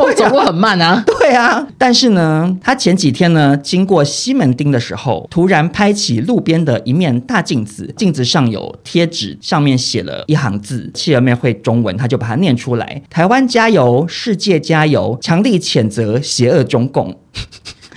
A: 我走过很慢啊。
C: 对啊，但是呢，他前几天呢，经过西门町的时候，突然拍起路边的一面大镜子，镜子上有贴纸，上面写了一行字，企鹅妹会中文，他就把它念出来：“台湾加油，世界加油，强力谴责邪恶中共。”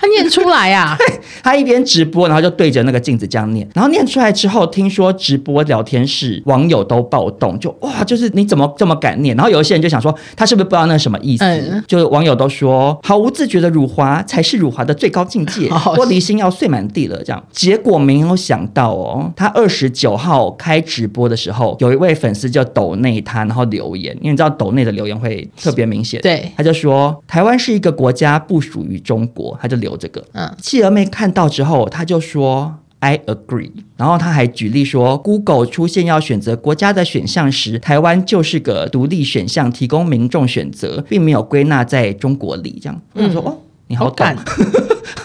A: 他念出来啊，
C: 他一边直播，然后就对着那个镜子这样念，然后念出来之后，听说直播聊天室网友都暴动，就哇，就是你怎么这么敢念？然后有一些人就想说，他是不是不知道那是什么意思？
A: 嗯
C: 就是网友都说，毫无自觉的辱华才是辱华的最高境 界，
A: 好好笑
C: 玻璃心要碎满地了。这样，结果没有想到哦，他二十九号开直播的时候，有一位粉丝就抖内他，然后留言，因为你知道抖内的留言会特别明显，
A: 对
C: 他就说台湾是一个国家，不属于中国，他就留这个，
A: 嗯，
C: 企鹅妹看到之后，她就说。I agree。然后她还举例说，Google 出现要选择国家的选项时，台湾就是个独立选项，提供民众选择，并没有归纳在中国里。这样，我想说，哦，你好
A: 敢
C: 敢，，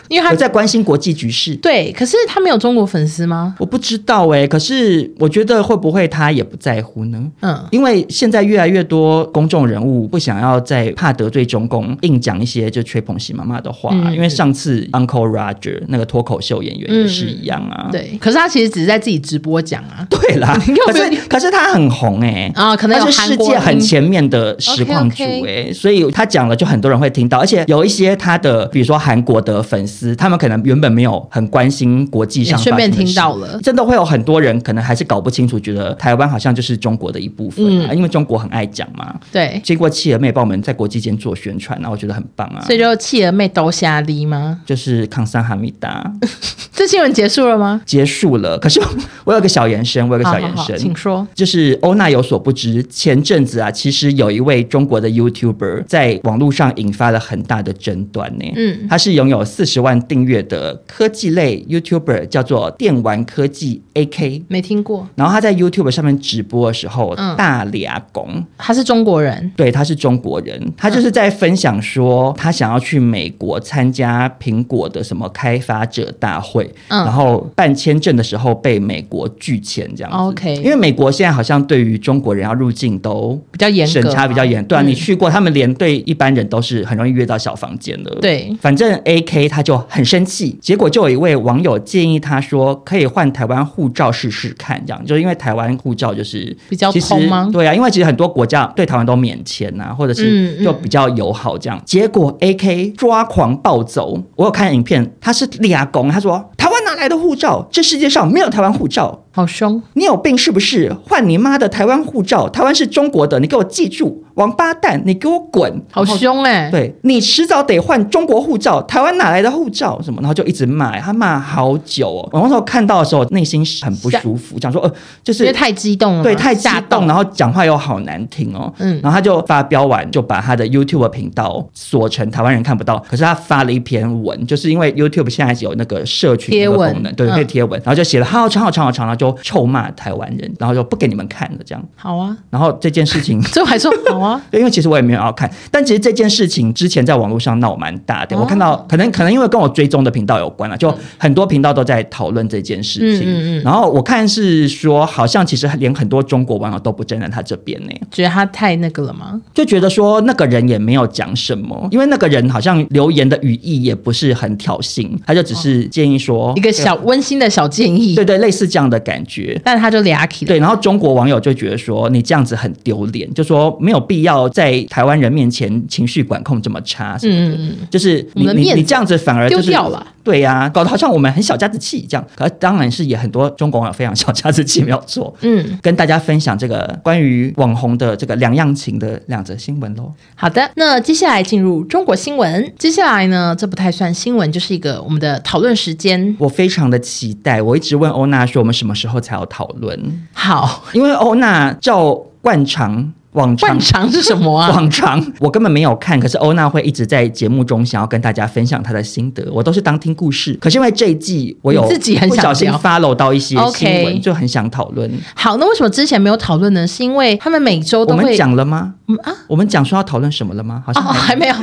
A: 因为他
C: 有在关心国际局势。
A: 对，可是他没有中国粉丝吗？
C: 我不知道哎、可是我觉得会不会她也不在乎呢？
A: 嗯，
C: 因为现在越来越多公众人物不想要再怕得罪中共，硬讲一些就吹捧喜妈妈的话、
A: 嗯
C: 因为上次 Uncle Roger 那个脱口秀演员也是一样啊。
A: 对。可是他其实只是在自己直播讲啊，
C: 对啦，
A: 你有
C: 可
A: 没有
C: 是可是他很红哎、
A: 啊，可能
C: 他
A: 有
C: 是
A: 韩
C: 世
A: 国
C: 界很
A: 音
C: 前面的实况主哎、
A: OK，OK
C: 所以他讲了就很多人会听到，而且有一些他的，比如说韩国的粉丝，他们可能原本没有很关心国际上
A: 也顺
C: 发
A: 便
C: 生的
A: 听
C: 事
A: 到了
C: 真的会有很多人可能还是搞不清楚，觉得台湾好像就是中国的一部分、啊，
A: 嗯
C: 因为中国很爱讲嘛。
A: 对，
C: 经过企鹅妹帮我们在国际间做宣传，然后我觉得很棒啊。
A: 所以就企鹅妹都瞎滴吗？
C: 就是康桑哈密达
A: 这新闻结束了吗？
C: 结束了，可是我我有个小延伸，我有个小延
A: 好好好
C: 伸，
A: 请说。
C: 就是欧娜有所不知，前阵子啊，其实有一位中国的 YouTuber 在网络上引发了很大的争端呢。
A: 嗯
C: 他是拥有四十万订阅的科技类 YouTuber，叫做电玩科技 AK。
A: 没听过，
C: 然后他在 YouTube 上面直播的时候，
A: 嗯
C: 大俩拱，
A: 他是中国人，
C: 对，他是中国人，他
A: 嗯
C: 就是在分享说他想要去美国参加苹果的什么开发者大会，
A: 嗯
C: 然后办签证的时候被美国拒签这样子。
A: 哦 OK
C: 因为美国现在好像对于中国人要入境都
A: 比较严格
C: 审
A: 吗，
C: 查比较严，对啊，
A: 嗯
C: 你去过，他们连对一般人都是很容易约到小房间的。
A: 对
C: 反正 A K 他就很生气，结果就有一位网友建议他说，可以换台湾护照试试看，这样就是因为台湾护照就是
A: 比较
C: 其实
A: 通吗
C: 对啊，因为其实很多国家对台湾都免签啊，或者是
A: 嗯嗯
C: 就比较友好这样。结果 A K 抓狂暴走，我有看影片，他是立牙公，他说台湾哪来的护照？这世界上没有台湾护照。
A: 好凶，
C: 你有病是不是？换你妈的台湾护照！台湾是中国的，你给我记住！王八蛋，你给我滚！
A: 好凶哎、
C: 对你迟早得换中国护照，台湾哪来的护照？什么？然后就一直骂，他骂好久哦。我那时候看到的时候，内心是很不舒服，想说呃，就
A: 因为
C: 是
A: 太激动了嘛，
C: 对太激
A: 吓
C: 动，然后讲话又好难听哦。
A: 嗯
C: 嗯，然后他就发飙完，就把他的 YouTube 频道锁成台湾人看不到。可是他发了一篇文，就是因为 YouTube 现在有那个社群
A: 贴
C: 的
A: 文
C: 功能，对，
A: 嗯
C: 可以贴文，然后就写了好长好长好长，然后就臭骂台湾人，然后就不给你们看了这样。
A: 好啊，
C: 然后这件事情
A: 所以我还说好啊，
C: 对，因为其实我也没有要看，但其实这件事情之前在网络上闹蛮大的。
A: 哦嗯
C: 我看到可能可能因为跟我追踪的频道有关了，就很多频道都在讨论这件事情。
A: 嗯嗯嗯
C: 然后我看是说，好像其实连很多中国网友都不站在他这边呢、
A: 觉得他太那个了吗？
C: 就觉得说那个人也没有讲什么，因为那个人好像留言的语义也不是很挑衅，他就只是建议说、
A: 哦一个小温馨的小建议
C: 哦对，对类似这样的感觉。
A: 但他就俩起来，
C: 对，然后中国网友就觉得说你这样子很丢脸，就说没有必要在台湾人面前情绪管控这么差什么的。
A: 嗯嗯嗯，
C: 就是
A: 我
C: 你
A: 们的
C: 你
A: 面子
C: 你这样子反而哎就是
A: 丢掉了
C: 对呀、搞得好像我们很小家子气这样。可当然是也很多中国网友非常小家子气，没有错。
A: 嗯，
C: 跟大家分享这个关于网红的这个两样情的两则新闻喽。
A: 好的，那接下来进入中国新闻。接下来呢，这不太算新闻，就是一个我们的讨论时间。
C: 我非常的期待，我一直问欧娜说我们什么时候才要讨论，
A: 好，
C: 因为欧娜照惯常往常
A: 惯常是什么啊？
C: 往常我根本没有看，可是欧娜会一直在节目中想要跟大家分享她的心得，我都是当听故事。可是因为这一季我有
A: 你自己很
C: 不
A: 想
C: 小心
A: 聊
C: follow 到一些新
A: OK
C: 闻，就很想讨论。
A: 好，那为什么之前没有讨论呢？是因为他们每周
C: 我
A: 都
C: 们
A: 会
C: 讲了吗？
A: 嗯啊
C: 我们讲说要讨论什么了吗？好
A: 哦，
C: 像
A: 还
C: 没。
A: 没有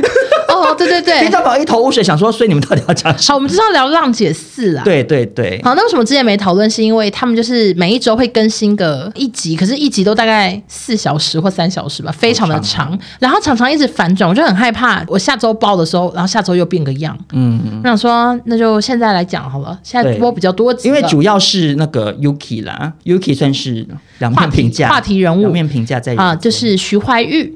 A: 哦，对对对
C: 听，到宝一头雾水，想说，所以你们到底要讲什
A: 好，我们就是要聊浪姐四啦
C: 么？。对对对，
A: 好，那为什么之前没讨论？是因为他们就是每一周会更新个一集，可是一集都大概四小时或三小时吧，非常的长，然后常常一直反转，我就很害怕。我下周报的时候，然后下周又变个样，
C: 嗯，
A: 我想说那就现在来讲好了，现在
C: 对
A: 播比较多集
C: 因
A: 了，
C: 为主要是那个 Yuki 啦，Yuki 算是两
A: 话
C: 面
A: 题
C: 评价
A: 话题人物
C: 两面评价在人嗯
A: 啊，
C: 间
A: 就是徐怀钰。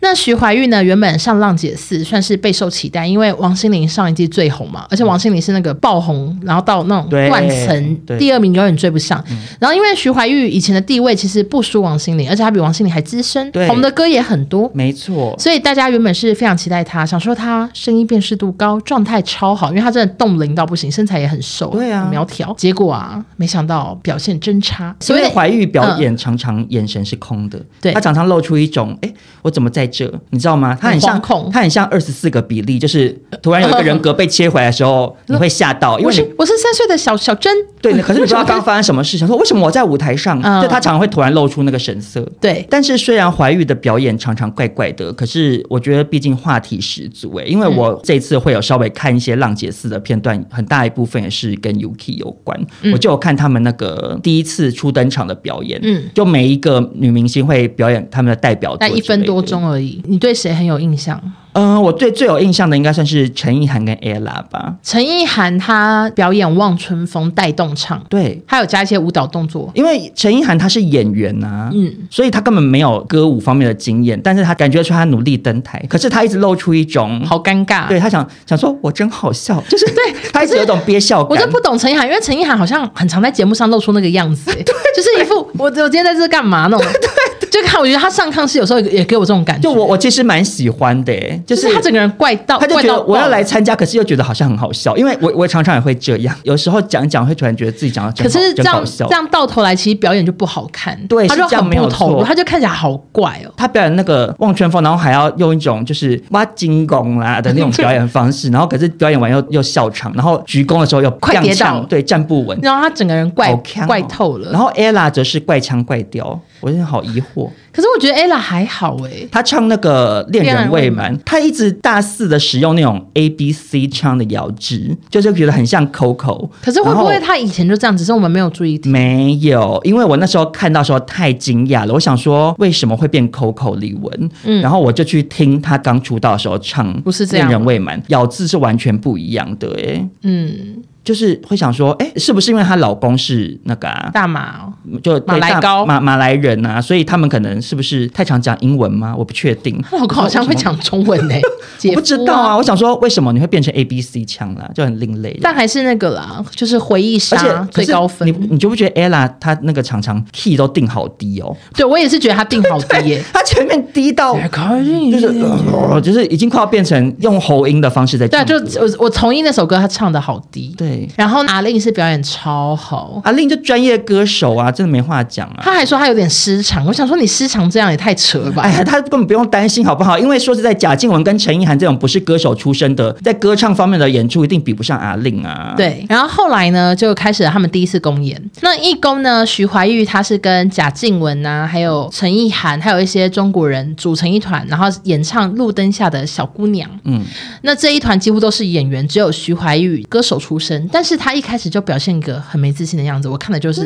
A: 那徐怀钰呢，原本上《浪姐四》算是备受期待，因为王心凌上一季最红嘛，而且王心凌是那个爆红，然后到那种
C: 嗯对
A: 断层
C: 对嗯
A: 第二名永远追不上。然后因为徐怀钰以前的地位其实不输王心凌，而且她比王心凌还资深，
C: 对
A: 红的歌也很多。
C: 没错，
A: 所以大家原本是非常期待她，想说她声音辨识度高，状态超好，因为她真的冻龄到不行，身材也很瘦，
C: 对啊
A: 很苗条。结果啊，没想到表现真差，
C: 因
A: 所以嗯
C: 为怀玉表演常常眼神是空的，
A: 对
C: 他常常露出一种哎，诶我怎么在这？你知道吗？他很像
A: 很惶恐
C: 他很像二十四个比例，就是突然有一个人格被切回来的时 候，你会吓到，因
A: 我
C: 为
A: 是
C: 你。
A: 我是三岁的小小珍，
C: 对，可是 你不知道刚刚发生什么事，想说为什么我在舞台上，
A: 嗯
C: 就他常常会突然露出那个神色。
A: 对，
C: 但是虽然怀玉的表演常常怪怪的，可是我觉得毕竟话题十足欸诶、因为
A: 嗯
C: 我这次会有稍微看一些浪姐四的片段，很大一部分也是跟 Yuki 有关。我就有看他们那个第一次初登场的表演，
A: 嗯
C: 嗯，就每一个女明星会表演他们的代表作，
A: 但一分多。钟而已。你对谁很有印象？
C: 嗯、我对最有印象的应该算是陈意涵跟 ella 吧，
A: 陈意涵她表演《望春风》带动唱，
C: 对。
A: 她有加一些舞蹈动作。
C: 因为陈意涵她是演员呐、
A: 嗯
C: 嗯，所以她根本没有歌舞方面的经验，但是她感觉出她努力登台，可是她一直露出一种
A: 好尴尬，
C: 对他想想说，我真好笑，就是
A: 啊对
C: 他一直有种憋笑
A: 我
C: 感。
A: 就不懂陈意涵，因为陈意涵好像很常在节目上露出那个样子、欸，就是一副我我今天在这干嘛 那种，就看我觉得她上康熙有时候也也给我这种感觉，
C: 就我我其实蛮喜欢的、欸，就
A: 就是是她整个人怪到，
C: 他就觉
A: 怪到
C: 得
A: 爆
C: 我要来。参加，可是又觉得好像很好笑，因为我我常常也会这样，有时候讲一讲会突然觉得自己讲的
A: 可是这
C: 真
A: 样
C: 好笑
A: 这。样到头来，其实表演就不好看，
C: 对
A: 她就是
C: 这样
A: 很
C: 没有
A: 不投入，
C: 错
A: 她就看起来好怪哦。
C: 他表演那个望春风，然后还要用一种就是挖金弓啦的那种表演 方式，然后可是表演完又又笑场，然后鞠躬的时候又
A: 快跌
C: 踉跄
A: 倒
C: 对，站不稳，
A: 然后她整个人怪、
C: 好呛哦
A: 怪透了
C: 然。后 ella 则是怪腔怪调，我真的好疑惑。
A: 可是我觉得 ella 还好哎、
C: 他唱那个《恋人未满》，他一直大肆的使用那种 A B C 腔的咬字，就是觉得很像 Coco。
A: 可是会不会
C: 然后嗯
A: 他以前就这样？只是我们没有注意听。
C: 没有？因为我那时候看到的时候太惊讶了，我想说为什么会变 Coco 李玟？
A: 嗯
C: 然后我就去听他刚出道的时候唱，
A: 不是这样
C: 恋人未满》，咬字是完全不一样的、欸。
A: 嗯，
C: 就是会想说，哎，是不是因为她老公是那个、啊、
A: 大马哦、
C: 就对
A: 马来
C: 大
A: 高
C: 马马来人啊，所以他们可能是不是太常讲英文吗？我不确定。
A: 她老公好像会讲中文呢、姐
C: 我不知
A: 夫
C: 道
A: 啊
C: 啊，我想说为什么你会变成 A B C 腔啦，就很另类。
A: 但还是那个啦，就是回忆
C: 而且
A: 杀最
C: 可是
A: 高
C: 你
A: 分。
C: 你就不觉得 Ella 她那个常常 key 都定好低哦，
A: 对我也是觉得他定好低 耶、
C: 她前面低到
A: 就
C: 就是、呃就是已经快要变成用喉音的方式在
A: 对啊，
C: 唱
A: 就
C: 歌，
A: 我我重音那首歌，他唱的好低。
C: 对。
A: 然后阿令是表演超好，
C: 阿令就专业歌手啊，真的没话讲 啊。
A: 他还说他有点失常。我想说你失常这样也太扯了吧？
C: 哎呀，他根本不用担心，好不好？因为说是在贾静雯跟陈意涵这种不是歌手出身的，在歌唱方面的演出一定比不上阿令啊。，
A: 对，然后后来呢，就开始了他们第一次公演。那义工呢，徐怀钰她是跟贾静雯啊，还有陈意涵，还有一些中国人组成一团，然后演唱《路灯下的小姑娘》。
C: 嗯，
A: 那这一团几乎都是演员，只有徐怀钰歌手出身，但是她一开始就表现一个很没自信的样子，我看的就是。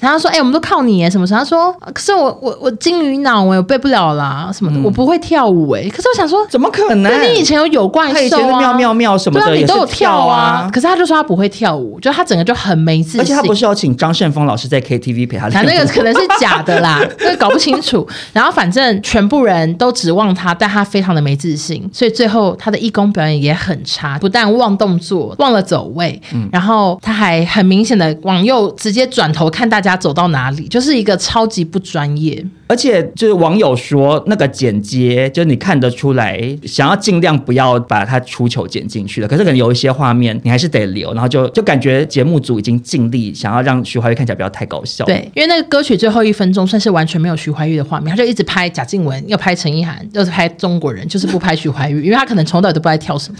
A: 然后她说：“哎、我们都靠你耶，什么什么。”她说：“呃可是我我我金鱼脑，我也背不了啦，什么的，我不会跳舞哎。”可是我想说，
C: 怎么可能？
A: 那哎你以前有有怪
C: 他以
A: 兽
C: 前
A: 啊，
C: 的妙妙妙什么的
A: 对啊，
C: 也
A: 你
C: 是
A: 都有跳
C: 跳啊
A: 可是他就说他不会跳舞，就他整个就很没自信。
C: 而且他不是要请张胜峰老师在 KTV 陪他
A: 他
C: 练舞？
A: 啊那个可能是假的啦， 那个搞不清楚。然后反正全部人都指望他，但他非常的没自信，所以最后他的义工表演也很差，不但忘动作，忘了走位，
C: 嗯
A: 然后他还很明显的往右直接转头看大家走到哪里，就是一个超级不专业。
C: 而且就是网友说那个剪接，就是你看得出来，想要尽量不要把它出糗剪进去的。可是可能有一些画面你还是得留，然后就就感觉节目组已经尽力想要让徐怀钰看起来不要太搞笑。
A: 对，因为那个歌曲最后一分钟算是完全没有徐怀钰的画面，他就一直拍贾静雯，又拍陈意涵，又是拍中国人，就是不拍徐怀钰，因为他可能从头到尾都不知道在跳 什么。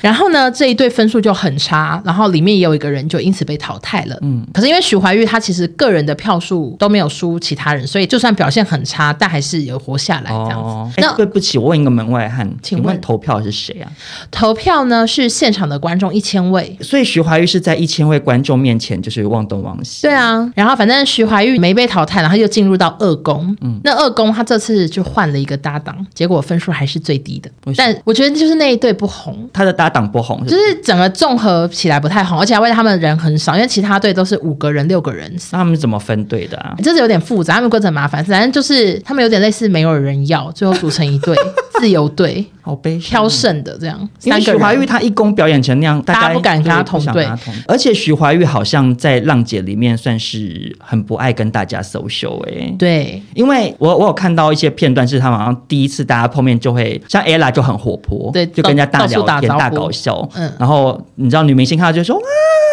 A: 然后呢，这一对分数就很差，然后里面也有一个人就因此被淘汰了。嗯，可是因为许怀钰她其实个人的票数都没有输其他人，所以就算表现很差，但还是有活下来这样子。
C: 哦，哎、
A: 那
C: 对不起，我问一个门外汉，
A: 请
C: 请
A: 问
C: 问投票是谁啊？
A: 投票呢是现场的观众一千位，
C: 所以徐怀钰是在一千位观众面前就是忘东忘西。
A: 对啊，然后反正徐怀钰没被淘汰，然后又进入到二宫。嗯，那二宫他这次就换了一个搭档，结果分数还是最低的
C: 为。什
A: 但我觉得就是那一对不红。
C: 他的搭档不红，
A: 就是是整个综合起来不太红，而且还为他们人很少，因为其他队都是五个人、六个人，
C: 那他们是怎么分队的啊？
A: 这是有点复杂，他们规则很麻烦。反正就是他们有点类似没有人要，最后组成一 队自由队
C: 好悲伤
A: 挑剩的这样，
C: 因
A: 三
C: 为
A: 个
C: 许怀钰
A: 人。
C: 她一公表演成那样，
A: 大家
C: 家
A: 不敢跟她
C: 对不想
A: 同队
C: 跟她同而且许怀钰好像在《浪姐》里面算是很不爱跟大家 social 哎、
A: 对，
C: 因为我我有看到一些片段，是他们好像第一次大家碰面就会像 Ella 就很活泼，
A: 对
C: 就跟人家
A: 到
C: 大
A: 到
C: 聊
A: 处打
C: 天、
A: 招呼
C: 大搞笑。
A: 嗯哦
C: 然后你知道女明星看到就说哇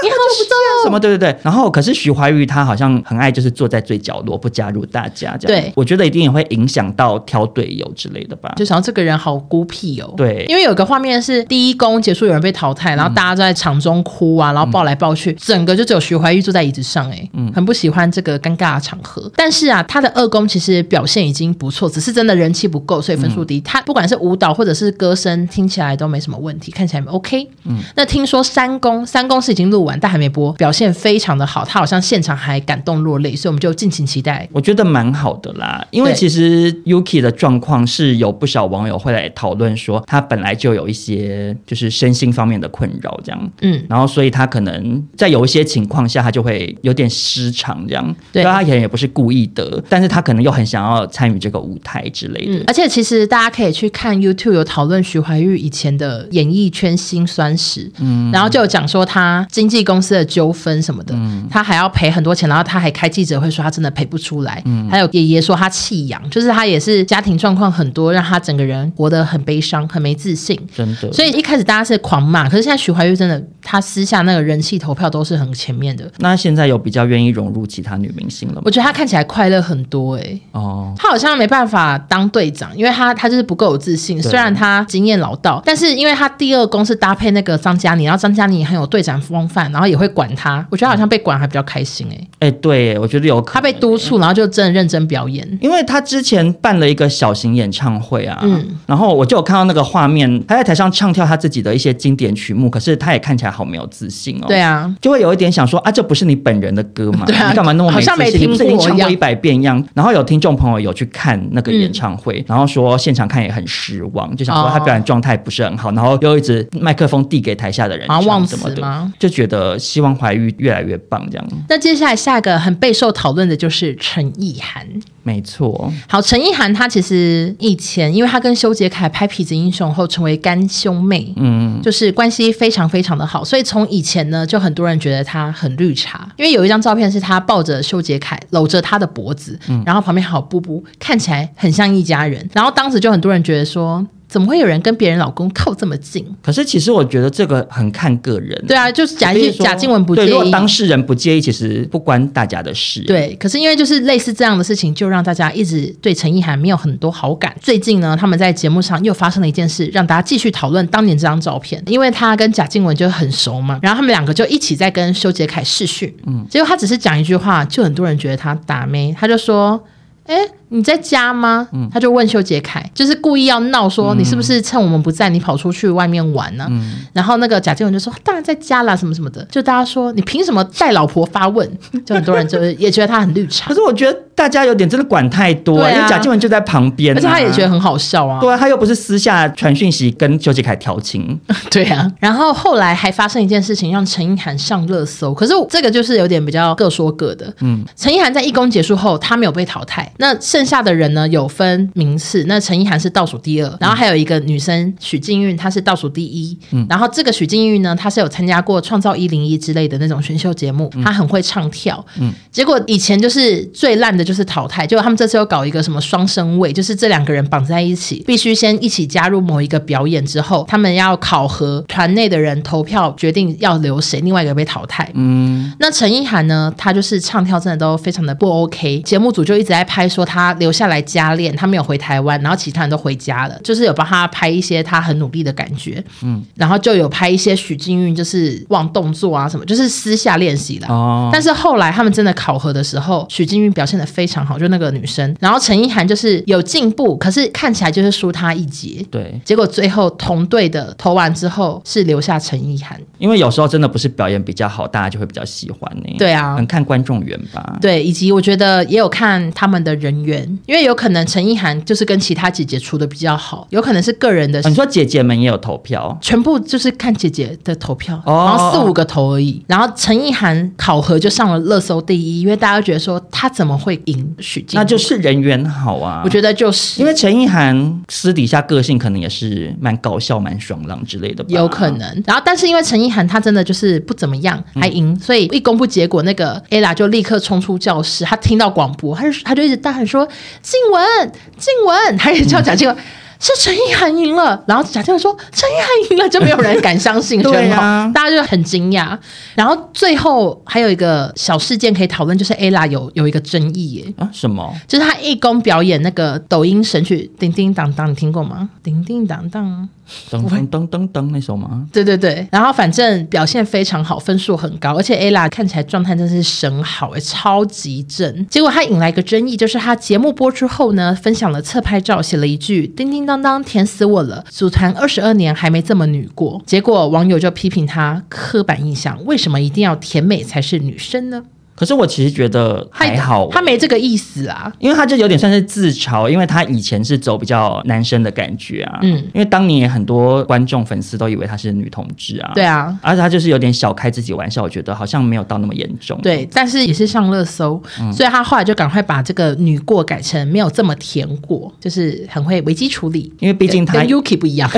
A: 你好瘦
C: 什么，对对对。然后可是许怀钰她好像很爱就是坐在最角落，不加入大家这样。
A: 对
C: 我觉得一定也会影响到挑队友之类的吧。
A: 就想到这个人好孤僻哦。
C: 对
A: 因为有个画面是第一宫结束有人被淘汰，然后大家在场中哭啊，然后抱来抱去，整个就只有徐怀钰坐在椅子上、欸，哎，很不喜欢这个尴尬的场合。但是啊，他的二宫其实表现已经不错，只是真的人气不够，所以分数低。他不管是舞蹈或者是歌声，听起来都没什么问题，看起来 OK。嗯，那听说三宫，三宫是已经录完但还没播，表现非常的好，他好像现场还感动落泪，所以我们就敬请期待。
C: 我觉得蛮好的啦，因为
A: 对
C: 其实 Yuki 的状况是有不少网友会来讨论说，他本来就有一些就是身心方面的困扰这样，
A: 嗯，
C: 然后所以他可能在有一些情况下，他就会有点失常这样，啊
A: 对
C: 他可能也不是故意的，但是他可能又很想要参与这个舞台之类的。
A: 嗯，而且其实大家可以去看 YouTube 有讨论徐怀钰以前的演艺圈辛酸史，嗯，然后就有讲说她经纪公司的纠纷什么的，她还要赔很多钱，然后她还开记者会说她真的赔不出来，还有爷爷说她弃养，就是她也是家庭状况很多，让她整个人活得很悲伤，很没自信。
C: 真的，
A: 所以一开始大家是狂骂，可是现在徐怀钰真的，她私下那个人气投票都是很前面的。
C: 那现在有比较愿意融入其他女明星了吗
A: 我？觉得她看起来快乐很多诶、欸
C: 哦，
A: 他好像没办法当队长，因为他他就是不够有自信。虽然他经验老道，但是因为他第二宫是搭配那个张嘉倪，然后张嘉倪很有队长风范，然后也会管他。我觉得好像被管还比较开心哎、
C: 哎，对，我觉得有可能
A: 他被督促，然后就真的认真表演。
C: 因为他之前办了一个小型演唱会啊，
A: 嗯
C: 然后我就有看到那个画面，他在台上唱跳他自己的一些经典曲目，可是他也看起来好没有自信哦。
A: 对。啊，
C: 就会有一点想说啊，这不是你本人的歌吗？
A: 对啊
C: 你干嘛那么
A: 好
C: 没自
A: 像没
C: 信？你不是已
A: 听
C: 经
A: 过
C: 唱
A: 一
C: 过
A: 样
C: 一百遍一样？然后有听众朋友有去看那个演唱
A: 嗯
C: 会，然后说现场看也很失望，就想说
A: 哦
C: 他表演状态不是很好，然后又一直麦克风递给台下的人
A: 啊好像忘
C: 唱
A: 词
C: 什么的
A: 吗，
C: 就觉得得希望怀玉越来越棒，这样
A: 那接下来下一个很备受讨论的就是陈意涵。
C: 没错。
A: 好，陈意涵她其实以前，因为她跟修杰楷拍《痞子英雄》后成为干兄妹，嗯，就是关系非常非常的好，所以从以前呢，就很多人觉得她很绿茶，因为有一张照片是她抱着修杰楷，搂着他的脖子，
C: 嗯
A: 然后旁边还有布布，看起来很像一家人，然后当时就很多人觉得说。怎么会有人跟别人老公靠这么近？
C: 可是其实我觉得这个很看个人，
A: 对啊，就是贾
C: 所以
A: 静
C: 说
A: 贾静雯不
C: 对
A: 介
C: 如果
A: 意，
C: 当事人不介意，其实不关大家的事。，
A: 对，可是因为就是类似这样的事情，就让大家一直对陈意涵没有很多好感。最近呢，他们在节目上又发生了一件事，让大家继续讨论当年这张照片，因为他跟贾静雯就很熟嘛，然后他们两个就一起在跟修杰楷试训，嗯，结果他只是讲一句话，就很多人觉得他打妹，他就说。哎，你在家吗？他就问修杰楷，就是故意要闹说、你是不是趁我们不在，你跑出去外面玩呢、然后那个贾静雯就说当然在家啦，什么什么的。就大家说你凭什么带老婆发问？就很多人就是也觉得他很绿茶
C: 可，是我觉得大家有点真的管太多、
A: 对啊
C: 因为贾静雯就在旁边、啊
A: 而且他也觉得。很好笑啊。
C: 对啊，他又不是私下传讯息跟修杰楷调 情，
A: 对啊，然后后来还发生一件事情，让陈意涵上热搜。可是这个就是有点比较各说各的。嗯，陈意涵在义工结束后，她没有被淘汰。那剩下的人呢，有分名次。那陈意涵是倒数第二，然后还有一个女生许静韵，她是倒数第一。嗯，然后这个许静韵呢，她是有参加过《创造一零一》之类的那种选秀节目，她很会唱跳。嗯，结果以前就是最烂的就是淘汰，结果他们这次又搞一个什么双生位，就是这两个人绑在一起，必须先一起加入某一个表演之后，他们要考核团内的人投票决定要留谁，另外一个被淘汰。嗯，那陈意涵呢，她就是唱跳真的都非常的不 OK，节目组就一直在拍说她留下来加练，她没有回台湾，然后其他人都回家了，就是有帮她拍一些她很努力的感觉。嗯，然后就有拍一些许静韵就是忘动作啊什么，就是私下练习啦。
C: 哦
A: 但是后来他们真的考核的时候，许金玉表现的非常好，就那个女生。然后陈意涵就是有进步，可是看起来就是输她一截。
C: 对，
A: 结果最后同队的投完之后是留下陈意涵。
C: 因为有时候真的不是表演比较好，大家就会比较喜欢呢、
A: 对啊
C: 很看观众缘吧。
A: 对，以及我觉得也有看他们的人缘，因为有可能陈意涵就是跟其他姐姐处的比较好，有可能是个人的
C: 啊，你说姐姐们也有投票，
A: 全部就是看姐姐的投票，
C: 哦
A: 然后四五个投而已。然后陈意涵考核就上了热搜第一，因为大家觉得说她怎么会赢许金玉？
C: 那就是人缘好啊。
A: 我觉得就是
C: 因为陈意涵私底下个性可能也是蛮搞笑、蛮爽朗之类的吧，
A: 有可。能。然后，但是因为陈意涵她真的就是不怎么样，还赢，所以一公布结果，那个 Ella 就立刻冲出教室，她听到广播，她就她就一直大喊说：“静雯，静雯！”她也叫贾静雯。是陈意涵赢了，然后贾静雯说陈意涵赢了，就没有人敢相信，
C: 对
A: 真好
C: 啊
A: 大家就很惊讶。然后最后还有一个小事件可以讨论，就是 Ella 有有一个争议耶，
C: 啊？什么？
A: 就是她义工表演那个抖音神曲《叮叮当当》，你听过吗？叮叮当当。
C: 噔噔噔噔噔那首吗？
A: 对对对，然后反正表现非常好，分数很高，而且 Ella 看起来状态真是神好哎，超级正。结果她引来一个争议，就是她节目播出后呢，分享了侧拍照，写了一句“叮叮当当，甜死我了”，组团二十二年还没这么女过。结果网友就批评她刻板印象，为什么一定要甜美才是女生呢？
C: 可是我其实觉得
A: 她
C: 还好，欸
A: 她没这个意思啊。
C: 因为他就有点算是自嘲，因为他以前是走比较男生的感觉啊，
A: 嗯
C: 嗯，因为当年很多观众粉丝都以为他是女同志啊，
A: 对，啊，
C: 而且他就是有点小开自己玩笑，我觉得好像没有到那么严重，，
A: 对，但是也是上热搜，
C: 嗯
A: 所以他后来就赶快把这个女过改成没有这么甜过，就是很会危机处理。
C: 因为毕竟他
A: 跟 Yuki 不一 样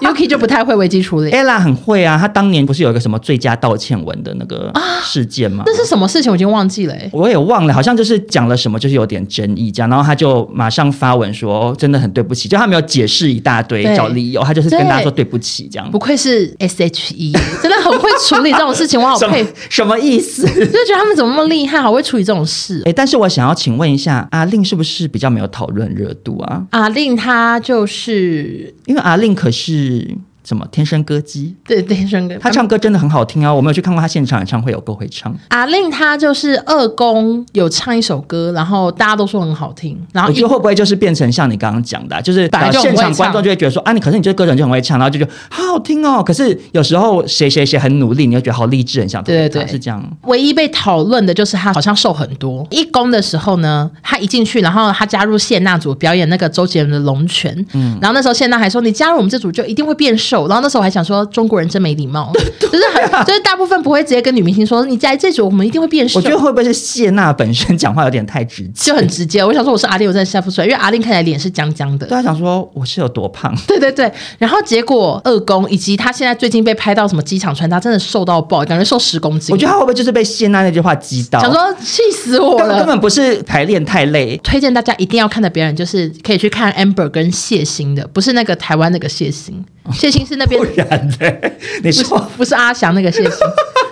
A: ，Yuki 就不太会危机处理。
C: ella 很会啊，她当年不是有一个什么最佳道歉文的那个事件吗？
A: 那是什么事情？我已经忘记了、欸。
C: 我也忘了，好像就是讲了什么，就是有点争议这样，然后他就马上发文说、哦真的很对不起，就他没有解释一大堆
A: 对
C: 找理由，他就是跟
A: 对
C: 大家说对不起这样
A: 不，愧是 S H E，真的很会处理这种事情，我好
C: 什么
A: 佩 服，
C: 什么意思？
A: 就觉得他们怎么那么厉害，好会处理这种事
C: 哎、。但是我想要请问一下，阿令是不是比较没有讨论热度啊？
A: 阿令她就是
C: 因为阿令可是什么天生歌姬，
A: 对天生哥，
C: 她唱歌真的很好听啊！我没有去看过她现场演唱会，有够会唱。
A: 阿令她就是二宫有唱一首歌，然后大家都说很好听，然后
C: 我觉
A: 一
C: 得会不会就是变成像你刚刚讲的啊、就是
A: 本来就很
C: 现场
A: 会
C: 观众
A: 唱
C: 就会觉得说啊，你可是你这个歌手你就很会唱，然后就觉得好好听哦。可是有时候谁谁谁很努力，你就觉得好励志，很想投给
A: 对
C: 他
A: 对对
C: 是这样。
A: 唯一被讨论的就是他好像瘦很多。一公的时候呢，他一进去，然后他
C: 嗯
A: 加入谢娜组表演那个周杰伦的《龙拳》，然后那时候谢娜还说：“你加入我们这组就一定会变瘦。”秀，然后那时候我还想说中国人真没礼 貌，就是很就是大部分不会直接跟女明星说你来这组我们一定会变瘦
C: 我觉，得会不会是谢娜本身讲话有点太直接？
A: 就很直接。我想说我是阿丽，我真的笑不出来，因为阿丽看起来脸是僵僵的
C: 对。啊他想说我是有多胖，
A: 对对对，然后结果二宫以及他现在最近被拍到什么机场穿搭，真的瘦到爆，感觉瘦十公斤。
C: 我觉得他会不会就是被谢娜那句话击倒？
A: 想说气死我
C: 根本根
A: 了。
C: 本不是排练太累，
A: 推荐大家一定要看的表演，就是可以去看 Amber 跟谢欣的，不是那个台湾那个谢欣，
C: 哦
A: 谢欣是那边
C: 不然的。你说
A: 不是阿翔那个谢欣。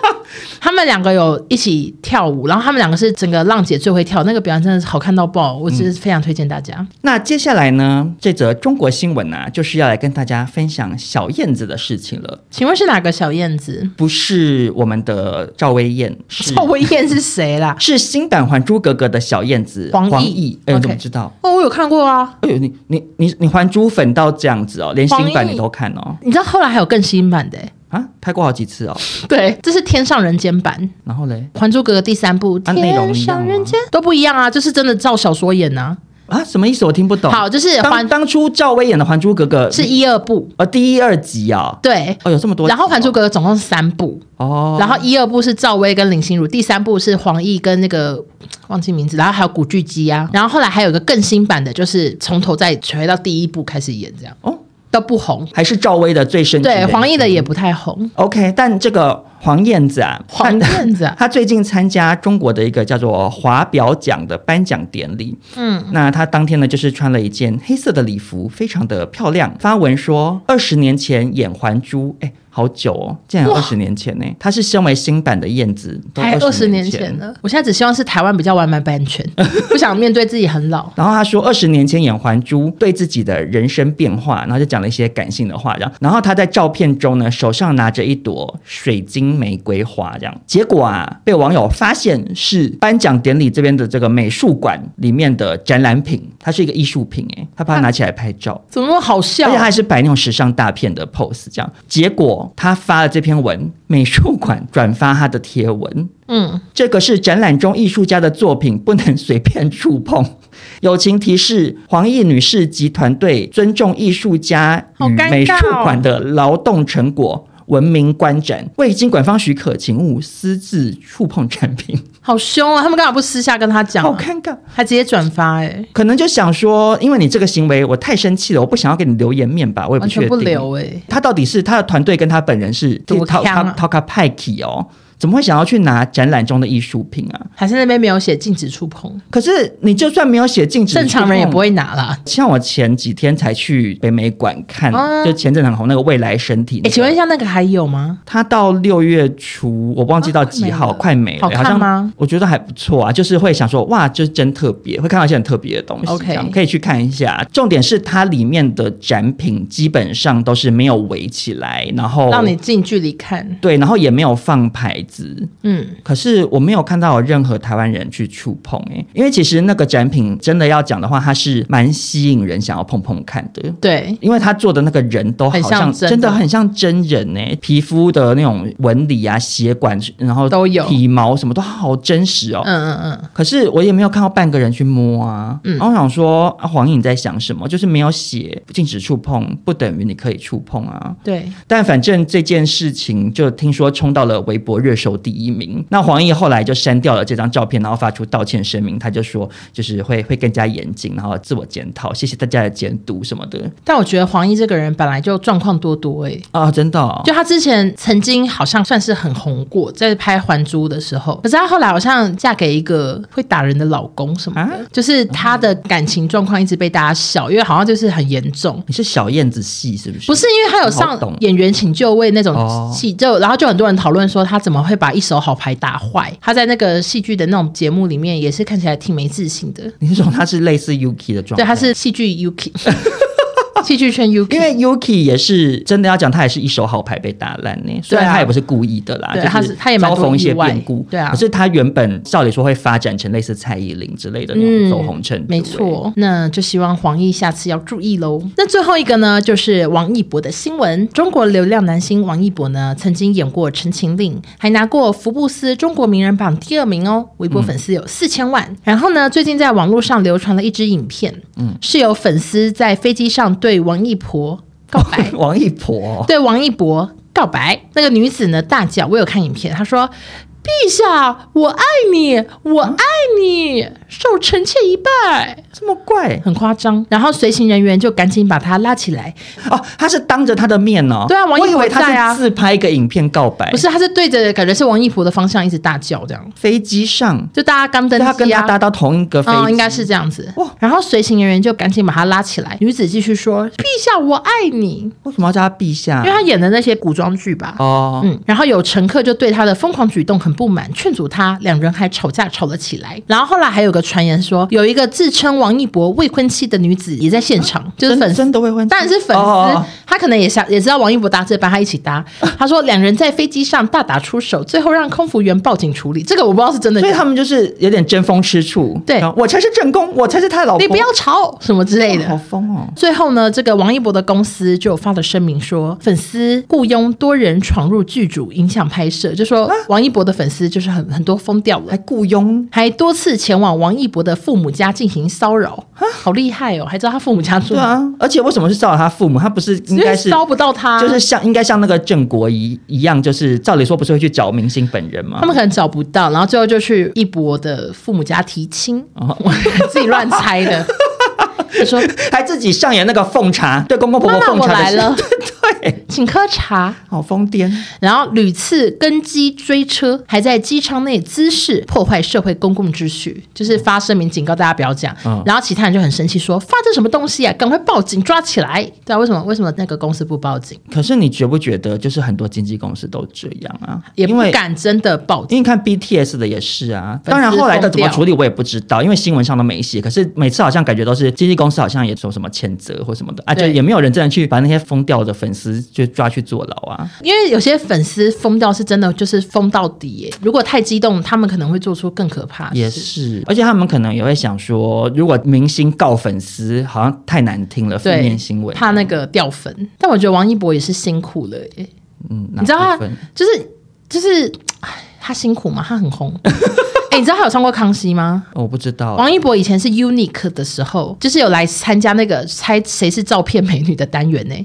A: 他们两个有一起跳舞，然后他们两个是整个浪姐最会跳，那个表演真的是好看到爆，我真是非常推荐大家。
C: 那接下来呢？这则中国新闻呢、啊就是要来跟大家分享小燕子的事情了。
A: 请问是哪个小燕子？
C: 不是我们的赵薇燕，是
A: 赵薇燕是谁 啦？
C: 是新版《还珠格格》的小燕子
A: 黄奕
C: 奕。哎，你怎么
A: OK
C: 知道？
A: 哦，我有看过啊。
C: 哎呦，你你你你《还珠》粉到这样子哦，连新版
A: 黄奕
C: 你都看哦
A: 你知道后来还有更新版的、欸？
C: 啊，拍过好几次哦。
A: 对，这是《天上人间》版，
C: 然后嘞
A: 《还珠格格》第三部，
C: 啊内容
A: 天
C: 一样
A: 上
C: 吗
A: 人间》都不一样啊，就是真的照小说演啊。
C: 啊，什么意思？我听不懂。
A: 好，就是
C: 当
A: 还
C: 当初赵薇演的《还珠格格》
A: 是一二部，
C: 呃第一二集啊、
A: 对
C: 哦，。有这么多集哦。
A: 然后《还珠格格》总共是三部，
C: 哦，
A: 然后一二部是赵薇跟林心如，第三部是黄奕跟那个忘记名字，然后还有古巨基啊，然后后来还有一个更新版的，就是从头再回到第一部开始演这样，
C: 哦
A: 都不红。
C: 还是赵薇的最深情
A: 对，
C: 人
A: 黄奕的也不太 红。
C: OK，但这个黄燕子啊，
A: 黄
C: 她
A: 燕子啊
C: 她 最近参加中国的一个叫做华表奖的颁奖典礼。嗯，那她当天呢，就是穿了一件黑色的礼服，非常的漂亮。发文说，二十年前演《还珠》，哎，好久哦，竟然
A: 哇
C: 二十年前呢、她是身为新版的燕子，都
A: 还二
C: 20
A: 十年
C: 前
A: 前。了，我现在只希望是台湾比较完满版 权，不想面对自己很老。
C: 然后她说，二十年前演《还珠》，对自己的人生变化，然后就讲了一些感性的话。然后，然后她在照片中呢，手上拿着一朵水晶玫瑰花，这样。结果啊，被网友发现是颁奖典礼这边的这个美术馆里面的展览品，它是一个艺术品、欸，她把它拿起来拍照。
A: 怎么那么好
C: 而
A: 笑啊
C: 且哎她还是摆那种时尚大片的 pose，这样。结果她发了这篇文，美术馆转发她的贴文，
A: 嗯，
C: 这个是展览中艺术家的作品，不能随便触碰。 友情提示：黄奕女士及团队尊重艺术家
A: 好
C: 与
A: 尴尬哦
C: 美术馆的劳动成果。文明观展，未经官方许可，请勿私自触碰产 品。
A: 好凶啊！他们干嘛不私下跟他讲、
C: 好
A: 啊？
C: 尴尬，
A: 还直接转发哎、欸，
C: 可能就想说，因为你这个行为，我太生气了，我不想要给你留颜面吧，我也
A: 完
C: 确
A: 全
C: 定。
A: 不留哎、
C: 他到底是他的团队跟他本人是
A: 多
C: 他
A: 呛
C: 他
A: 啊
C: 他卡派 e 哦，怎么会想要去拿展览中的艺术品啊？
A: 还是那边没有写禁止触碰，
C: 可是你就算没有写禁止，
A: 正常人也不。会拿啦。
C: 像我前几天才去北美馆看，
A: 啊
C: 就前阵很红那个《未来身体》
A: 哎、
C: 那个。
A: 请问一下，那个还有吗？
C: 它到六月初，我忘记到几号，
A: 啊
C: 快
A: 快
C: 没
A: 没
C: 了，
A: 了好看吗
C: 好像我觉得还不错啊，就是会想说，哇，就是真特别，会看到一些很特别的东西
A: OK
C: 这样可以去看一下。重点是它里面的展品基本上都是没有围起来，然后
A: 让你近距离看，
C: 对，然后也没有放牌子，
A: 嗯，
C: 可是我没有看到有任何台湾人去触碰诶、因为其实那个展品真的要讲的话，它是蛮吸引人想要碰碰看的。
A: 对，
C: 因为他做的那个人都好
A: 很像真的
C: 真的很像真人呢、皮肤的那种纹理啊、血管，然后
A: 都有
C: 体毛什么都好真实哦。
A: 嗯嗯嗯，
C: 可是我也没有看到半个人去摸啊。然后我想说，啊、黄颖在想什么？就是没有写禁止触碰，不等于你可以触碰啊。
A: 对，
C: 但反正这件事情就听说冲到了微博热搜第一名。那黄奕后来就删掉了这张照片，然后发出道歉声明，他就说就是会会更加严谨，然后自我检讨，谢谢大家的监督什么的
A: 但我觉得黄奕这个人本来就状况多多哎、
C: 啊，真的、哦。
A: 就她之前曾经好像算是很红过，在拍《还珠》的时候，可是她后来好像嫁给一个会打人的老公什么的，
C: 啊
A: 就是她的感情状况一直被大家笑，因为好像就是很严重。
C: 你是小燕子系是不是？
A: 不 是因为她有
C: 好
A: 上
C: 懂
A: 演员请就位那
C: 哦
A: 种戏，就然后就很多人讨论说她怎么会把一手好牌打坏。她在那个戏剧的那种节目里面也是看起来挺没自信的。
C: 你是说她是类似 Yuki 的状态？
A: 对，她是戏剧 Yuki，戏剧圈 Yuki，
C: 因为 Yuki 也是真的要讲，他也是一手好牌被打烂呢、虽然他也不是故意的啦，
A: 啊对
C: 就
A: 他
C: 是
A: 是他也蛮
C: 遭
A: 多
C: 逢一些
A: 意外
C: 变故，
A: 对啊
C: 可是他原本照理说会发展成类似蔡依林之类的那种走红程度、。
A: 嗯没错，那就希望黄奕下次要注意喽。那最后一个呢，就是王一博的新闻。中国流量男星王一博呢，曾经演过《陈情令》，还拿过福布斯中国名人榜第二名哦，微博粉丝有四千万。然后呢，最近在网络上流传了一支影片，嗯，是有粉丝在飞机上对王一博。告白
C: 王一博，
A: 对王一博告白。那个女子呢大叫，我有看影片，她说：“陛下，我爱你，我爱你，受臣妾一拜。
C: 这么怪”
A: 很夸张。然后随行人员就赶紧把她拉起来，
C: 哦，他是当着他的面哦。
A: 对啊王一
C: 我以
A: 博
C: 为
A: 在
C: 他
A: 啊
C: 是自拍一个影片告白，
A: 不是，她是对着感觉是王一博的方向一直大叫，这样
C: 飞机上，
A: 就大家刚登
C: 对他跟
A: 机
C: 他
A: 啊。
C: 搭到同一个飞机，
A: 嗯，应该是这样子
C: 哇。
A: 然后随行人员就赶紧把她拉起来。女子继续说：“陛下，我爱你。
C: 为什么要叫他陛”下
A: 因为？她演的那些古装剧吧，
C: 啊哦，
A: 嗯，然后有乘客就对他的疯狂举动很不满，劝阻他，两人还吵架吵了起来。然后后来还有个传言说，有一个自称王一博未婚妻的女子也在现场，就是
C: 啊真
A: 粉丝
C: 真。的未婚妻，
A: 当然是粉丝，
C: 哦
A: 她可能也想也知道王一博搭这班，她一起搭。她说两人在飞机上大打出手，最后让空服员报警处理。这个我不知道是真的假
C: 所
A: 的，
C: 以他们就是有点争风吃醋。
A: 对
C: 然后我才是正宫，我才是他的老婆。
A: 你不要吵什么之类的
C: 哇。好疯哦！
A: 最后呢，这个王一博的公司就发了声明说，粉丝雇佣多人闯入剧组影响拍摄，就
C: 啊
A: 说王一博的粉丝就是很很多疯掉了
C: 还。雇佣
A: 还多次前往王一博的父母家进行骚扰，好厉害哦！还知道他父母家住
C: 啊对
A: 哪，
C: 啊，而且为什么是骚扰他父母？他不是应
A: 因为
C: 该是
A: 骚不啊到他，
C: 就是像应该像那个郑国一一样，就是照理说不是会去找明星本人吗
A: 他？们可能找不到，然后最后就去一博的父母家提亲，
C: 哦
A: 我自己乱猜的。 就说
C: 还自己上演那个奉茶，对公公婆
A: 妈
C: 婆
A: 妈
C: 奉
A: 我
C: 茶
A: 来
C: 的事
A: 了，
C: 对，
A: 请喝茶。
C: 好疯癫。
A: 然后屡次跟机追车，还在机舱内滋事，破坏社会公共秩序，就是发声明警告大家不要讲。
C: 嗯
A: 然后其他人就很生气说，发这什么东西啊，赶快报警抓起来！对啊，为什么为什么那个公司不报警，
C: 可是你觉不觉得，就是很多经纪公司都这样啊？
A: 也
C: 因
A: 不
C: 为
A: 敢真的报
C: 因
A: 警？
C: 为你看 BTS 的也是啊，
A: 粉丝
C: 当然后来的
A: 疯
C: 怎么
A: 掉
C: 处理我也不知道，因为新闻上都没写。可是每次好像感觉都是经纪公司好像也受什么谴责或什么的，啊，就
A: 对
C: 也没有人真的去把那些疯掉的粉丝就抓去坐牢啊。
A: 因为有些粉丝疯掉是真的，就是疯到底耶。如果太激动，他们可能会做出更可怕的
C: 也
A: 事。
C: 是，而且他们可能也会想说，如果明星告粉丝，好像太难听了，负
A: 对
C: 面新，闻。
A: 怕那个掉粉。但我觉得王一博也是辛苦了耶，
C: 嗯，
A: 你知道
C: 哪
A: 他
C: 部分
A: 就是就是，唉他辛苦吗？他很红。 哎、你知道他有上过《康熙》吗？
C: 哦我不知道，
A: 王一博以前是 Unique 的时候，就是有来参加那个猜谁是照片美女的单元呢、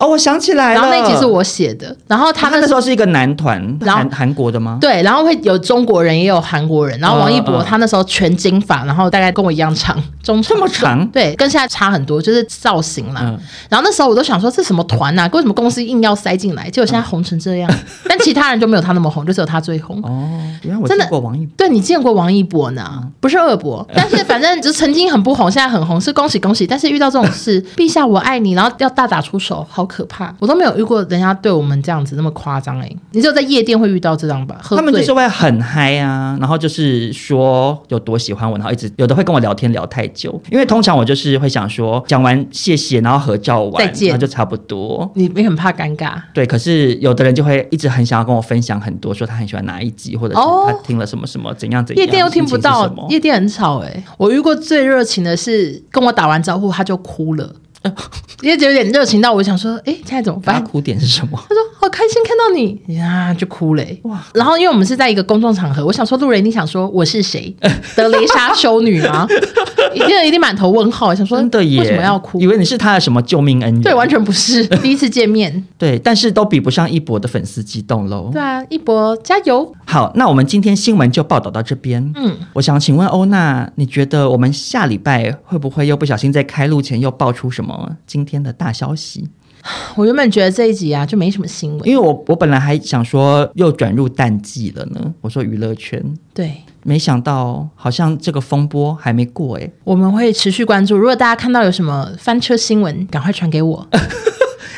C: 哦，我想起来
A: 然
C: 了，
A: 后那集是我写的，然后啊他那
C: 他那
A: 时
C: 时
A: 候
C: 候是一个男团，
A: 然后
C: 韩韩国的吗？
A: 对，然后会有中国人也有韩国人，然后王一博
C: 嗯嗯
A: 他那时候全金发，然后大概跟我一样长，中
C: 这么长
A: 对，跟现在差很多，就是造型啦。
C: 嗯
A: 然后那时候我都想说这什么团啊，为什么公司硬要塞进来？结果现在红成这 样，但其他人就没有他那么红，就只有他最红。
C: 哦，原来我
A: 真
C: 听
A: 的
C: 过王一博。
A: 对你见过王一博
C: 嗯
A: 呢？不是恶 博，但是反正就曾经很不红，现在很红，是恭喜恭喜。但是遇到这种 事，陛下我爱你，然后要大打出手，好可怕！我都没有遇过人家对我们这样子那么夸张哎、你只有在夜店会遇到这样吧？喝
C: 他们就
A: 醉
C: 是会很嗨啊，然后就是说有多喜欢我，然后一直有的会跟我聊天聊太久，因为通常我就是会想说讲完谢谢，然后合照完，
A: 再见
C: 然后就差不多。
A: 你你很怕尴尬，
C: 对，可是有的人就会一直很想要跟我分享很多，说他很喜欢哪一集，或者是
A: 哦
C: 他听了什么什么，怎样怎样，
A: 夜店又听不到
C: 心情，是
A: 夜店很吵哎、我遇过最热情的是跟我打完招呼他就哭 了，也有点热情到我想说，哎、现在怎么
C: 什么，他
A: 办？
C: 哭点是什么？
A: 他说好开心看到你呀，就哭了、哇！然后因为我们是在一个公众场合，我想说路人一定想说我是谁？德雷莎修女 吗？一定一定满头问号，想说
C: 真的耶，
A: 为什么要哭
C: 以？为你是他的什么救命恩人？
A: 对，完全不是第一次见面。
C: 对，但是都比不上一博的粉丝激动喽
A: 对。啊，一博加油！
C: 好，那我们今天新闻就报道到这边。
A: 嗯，
C: 我想请问欧娜，你觉得我们下礼拜会不会又不小心在开录前又爆出什么今天的大消息？
A: 我原本觉得这一集啊就没什么新闻，
C: 因为我我本来还想说又转入淡季了呢，我说娱乐圈，
A: 对。
C: 没想到好像这个风波还没过诶。
A: 我们会持续关注。如果大家看到有什么翻车新闻，赶快传给我。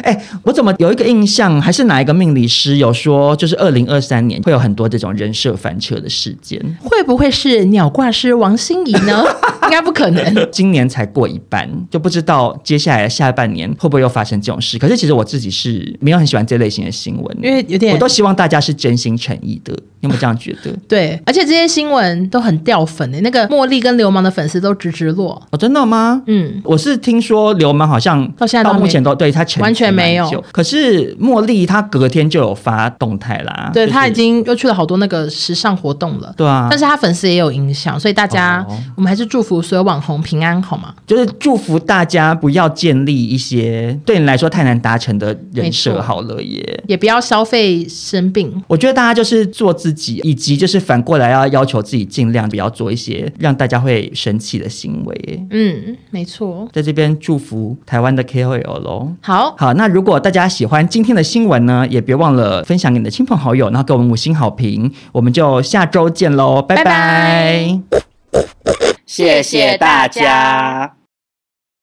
C: 哎，我怎么有一个印象，还是哪一个命理师有说，就是二零二三年会有很多这种人设翻车的事件，
A: 会不会是鸟挂师王心怡呢？应该不可能。
C: 今年才过一半，就不知道接下来下半年会不会又发生这种事。可是其实我自己是没有很喜欢这类型的新闻，
A: 因为有点
C: 我都希望大家是真心诚意的，你有没有这样觉得？
A: 对，而且这些新闻都很掉粉欸诶、那个茉莉跟流氓的粉丝都直直落。
C: 哦，真的吗？
A: 嗯，
C: 我是听说流氓好像
A: 到现在都
C: 到
A: 还没
C: 目前都对他沉寂
A: 完全没有
C: 蛮久，可是茉莉她隔天就有发动态啦，
A: 对、
C: 就是
A: 他已经又去了好多那个时尚活动了。
C: 啊对啊，
A: 但是他粉丝也有影响，所以大家、
C: 哦
A: 我们还是祝福福所有网红平安好吗？
C: 就是祝福大家不要建立一些对你来说太难达成的人
A: 没
C: 设
A: 错
C: 好了耶。
A: 也不要消费生病。
C: 我觉得大家就是做自己，以及就是反过来要要求自己尽量不要做一些让大家会生气的行为。
A: 嗯，没错。
C: 在这边祝福台湾的 KOL 喽。
A: 好，
C: 哦好，那如果大家喜欢今天的新闻呢，也别忘了分享给你的亲朋好友，然后给我们五星好评。我们就下周见喽，拜
A: 拜
C: 拜
A: 拜
B: 谢谢大家。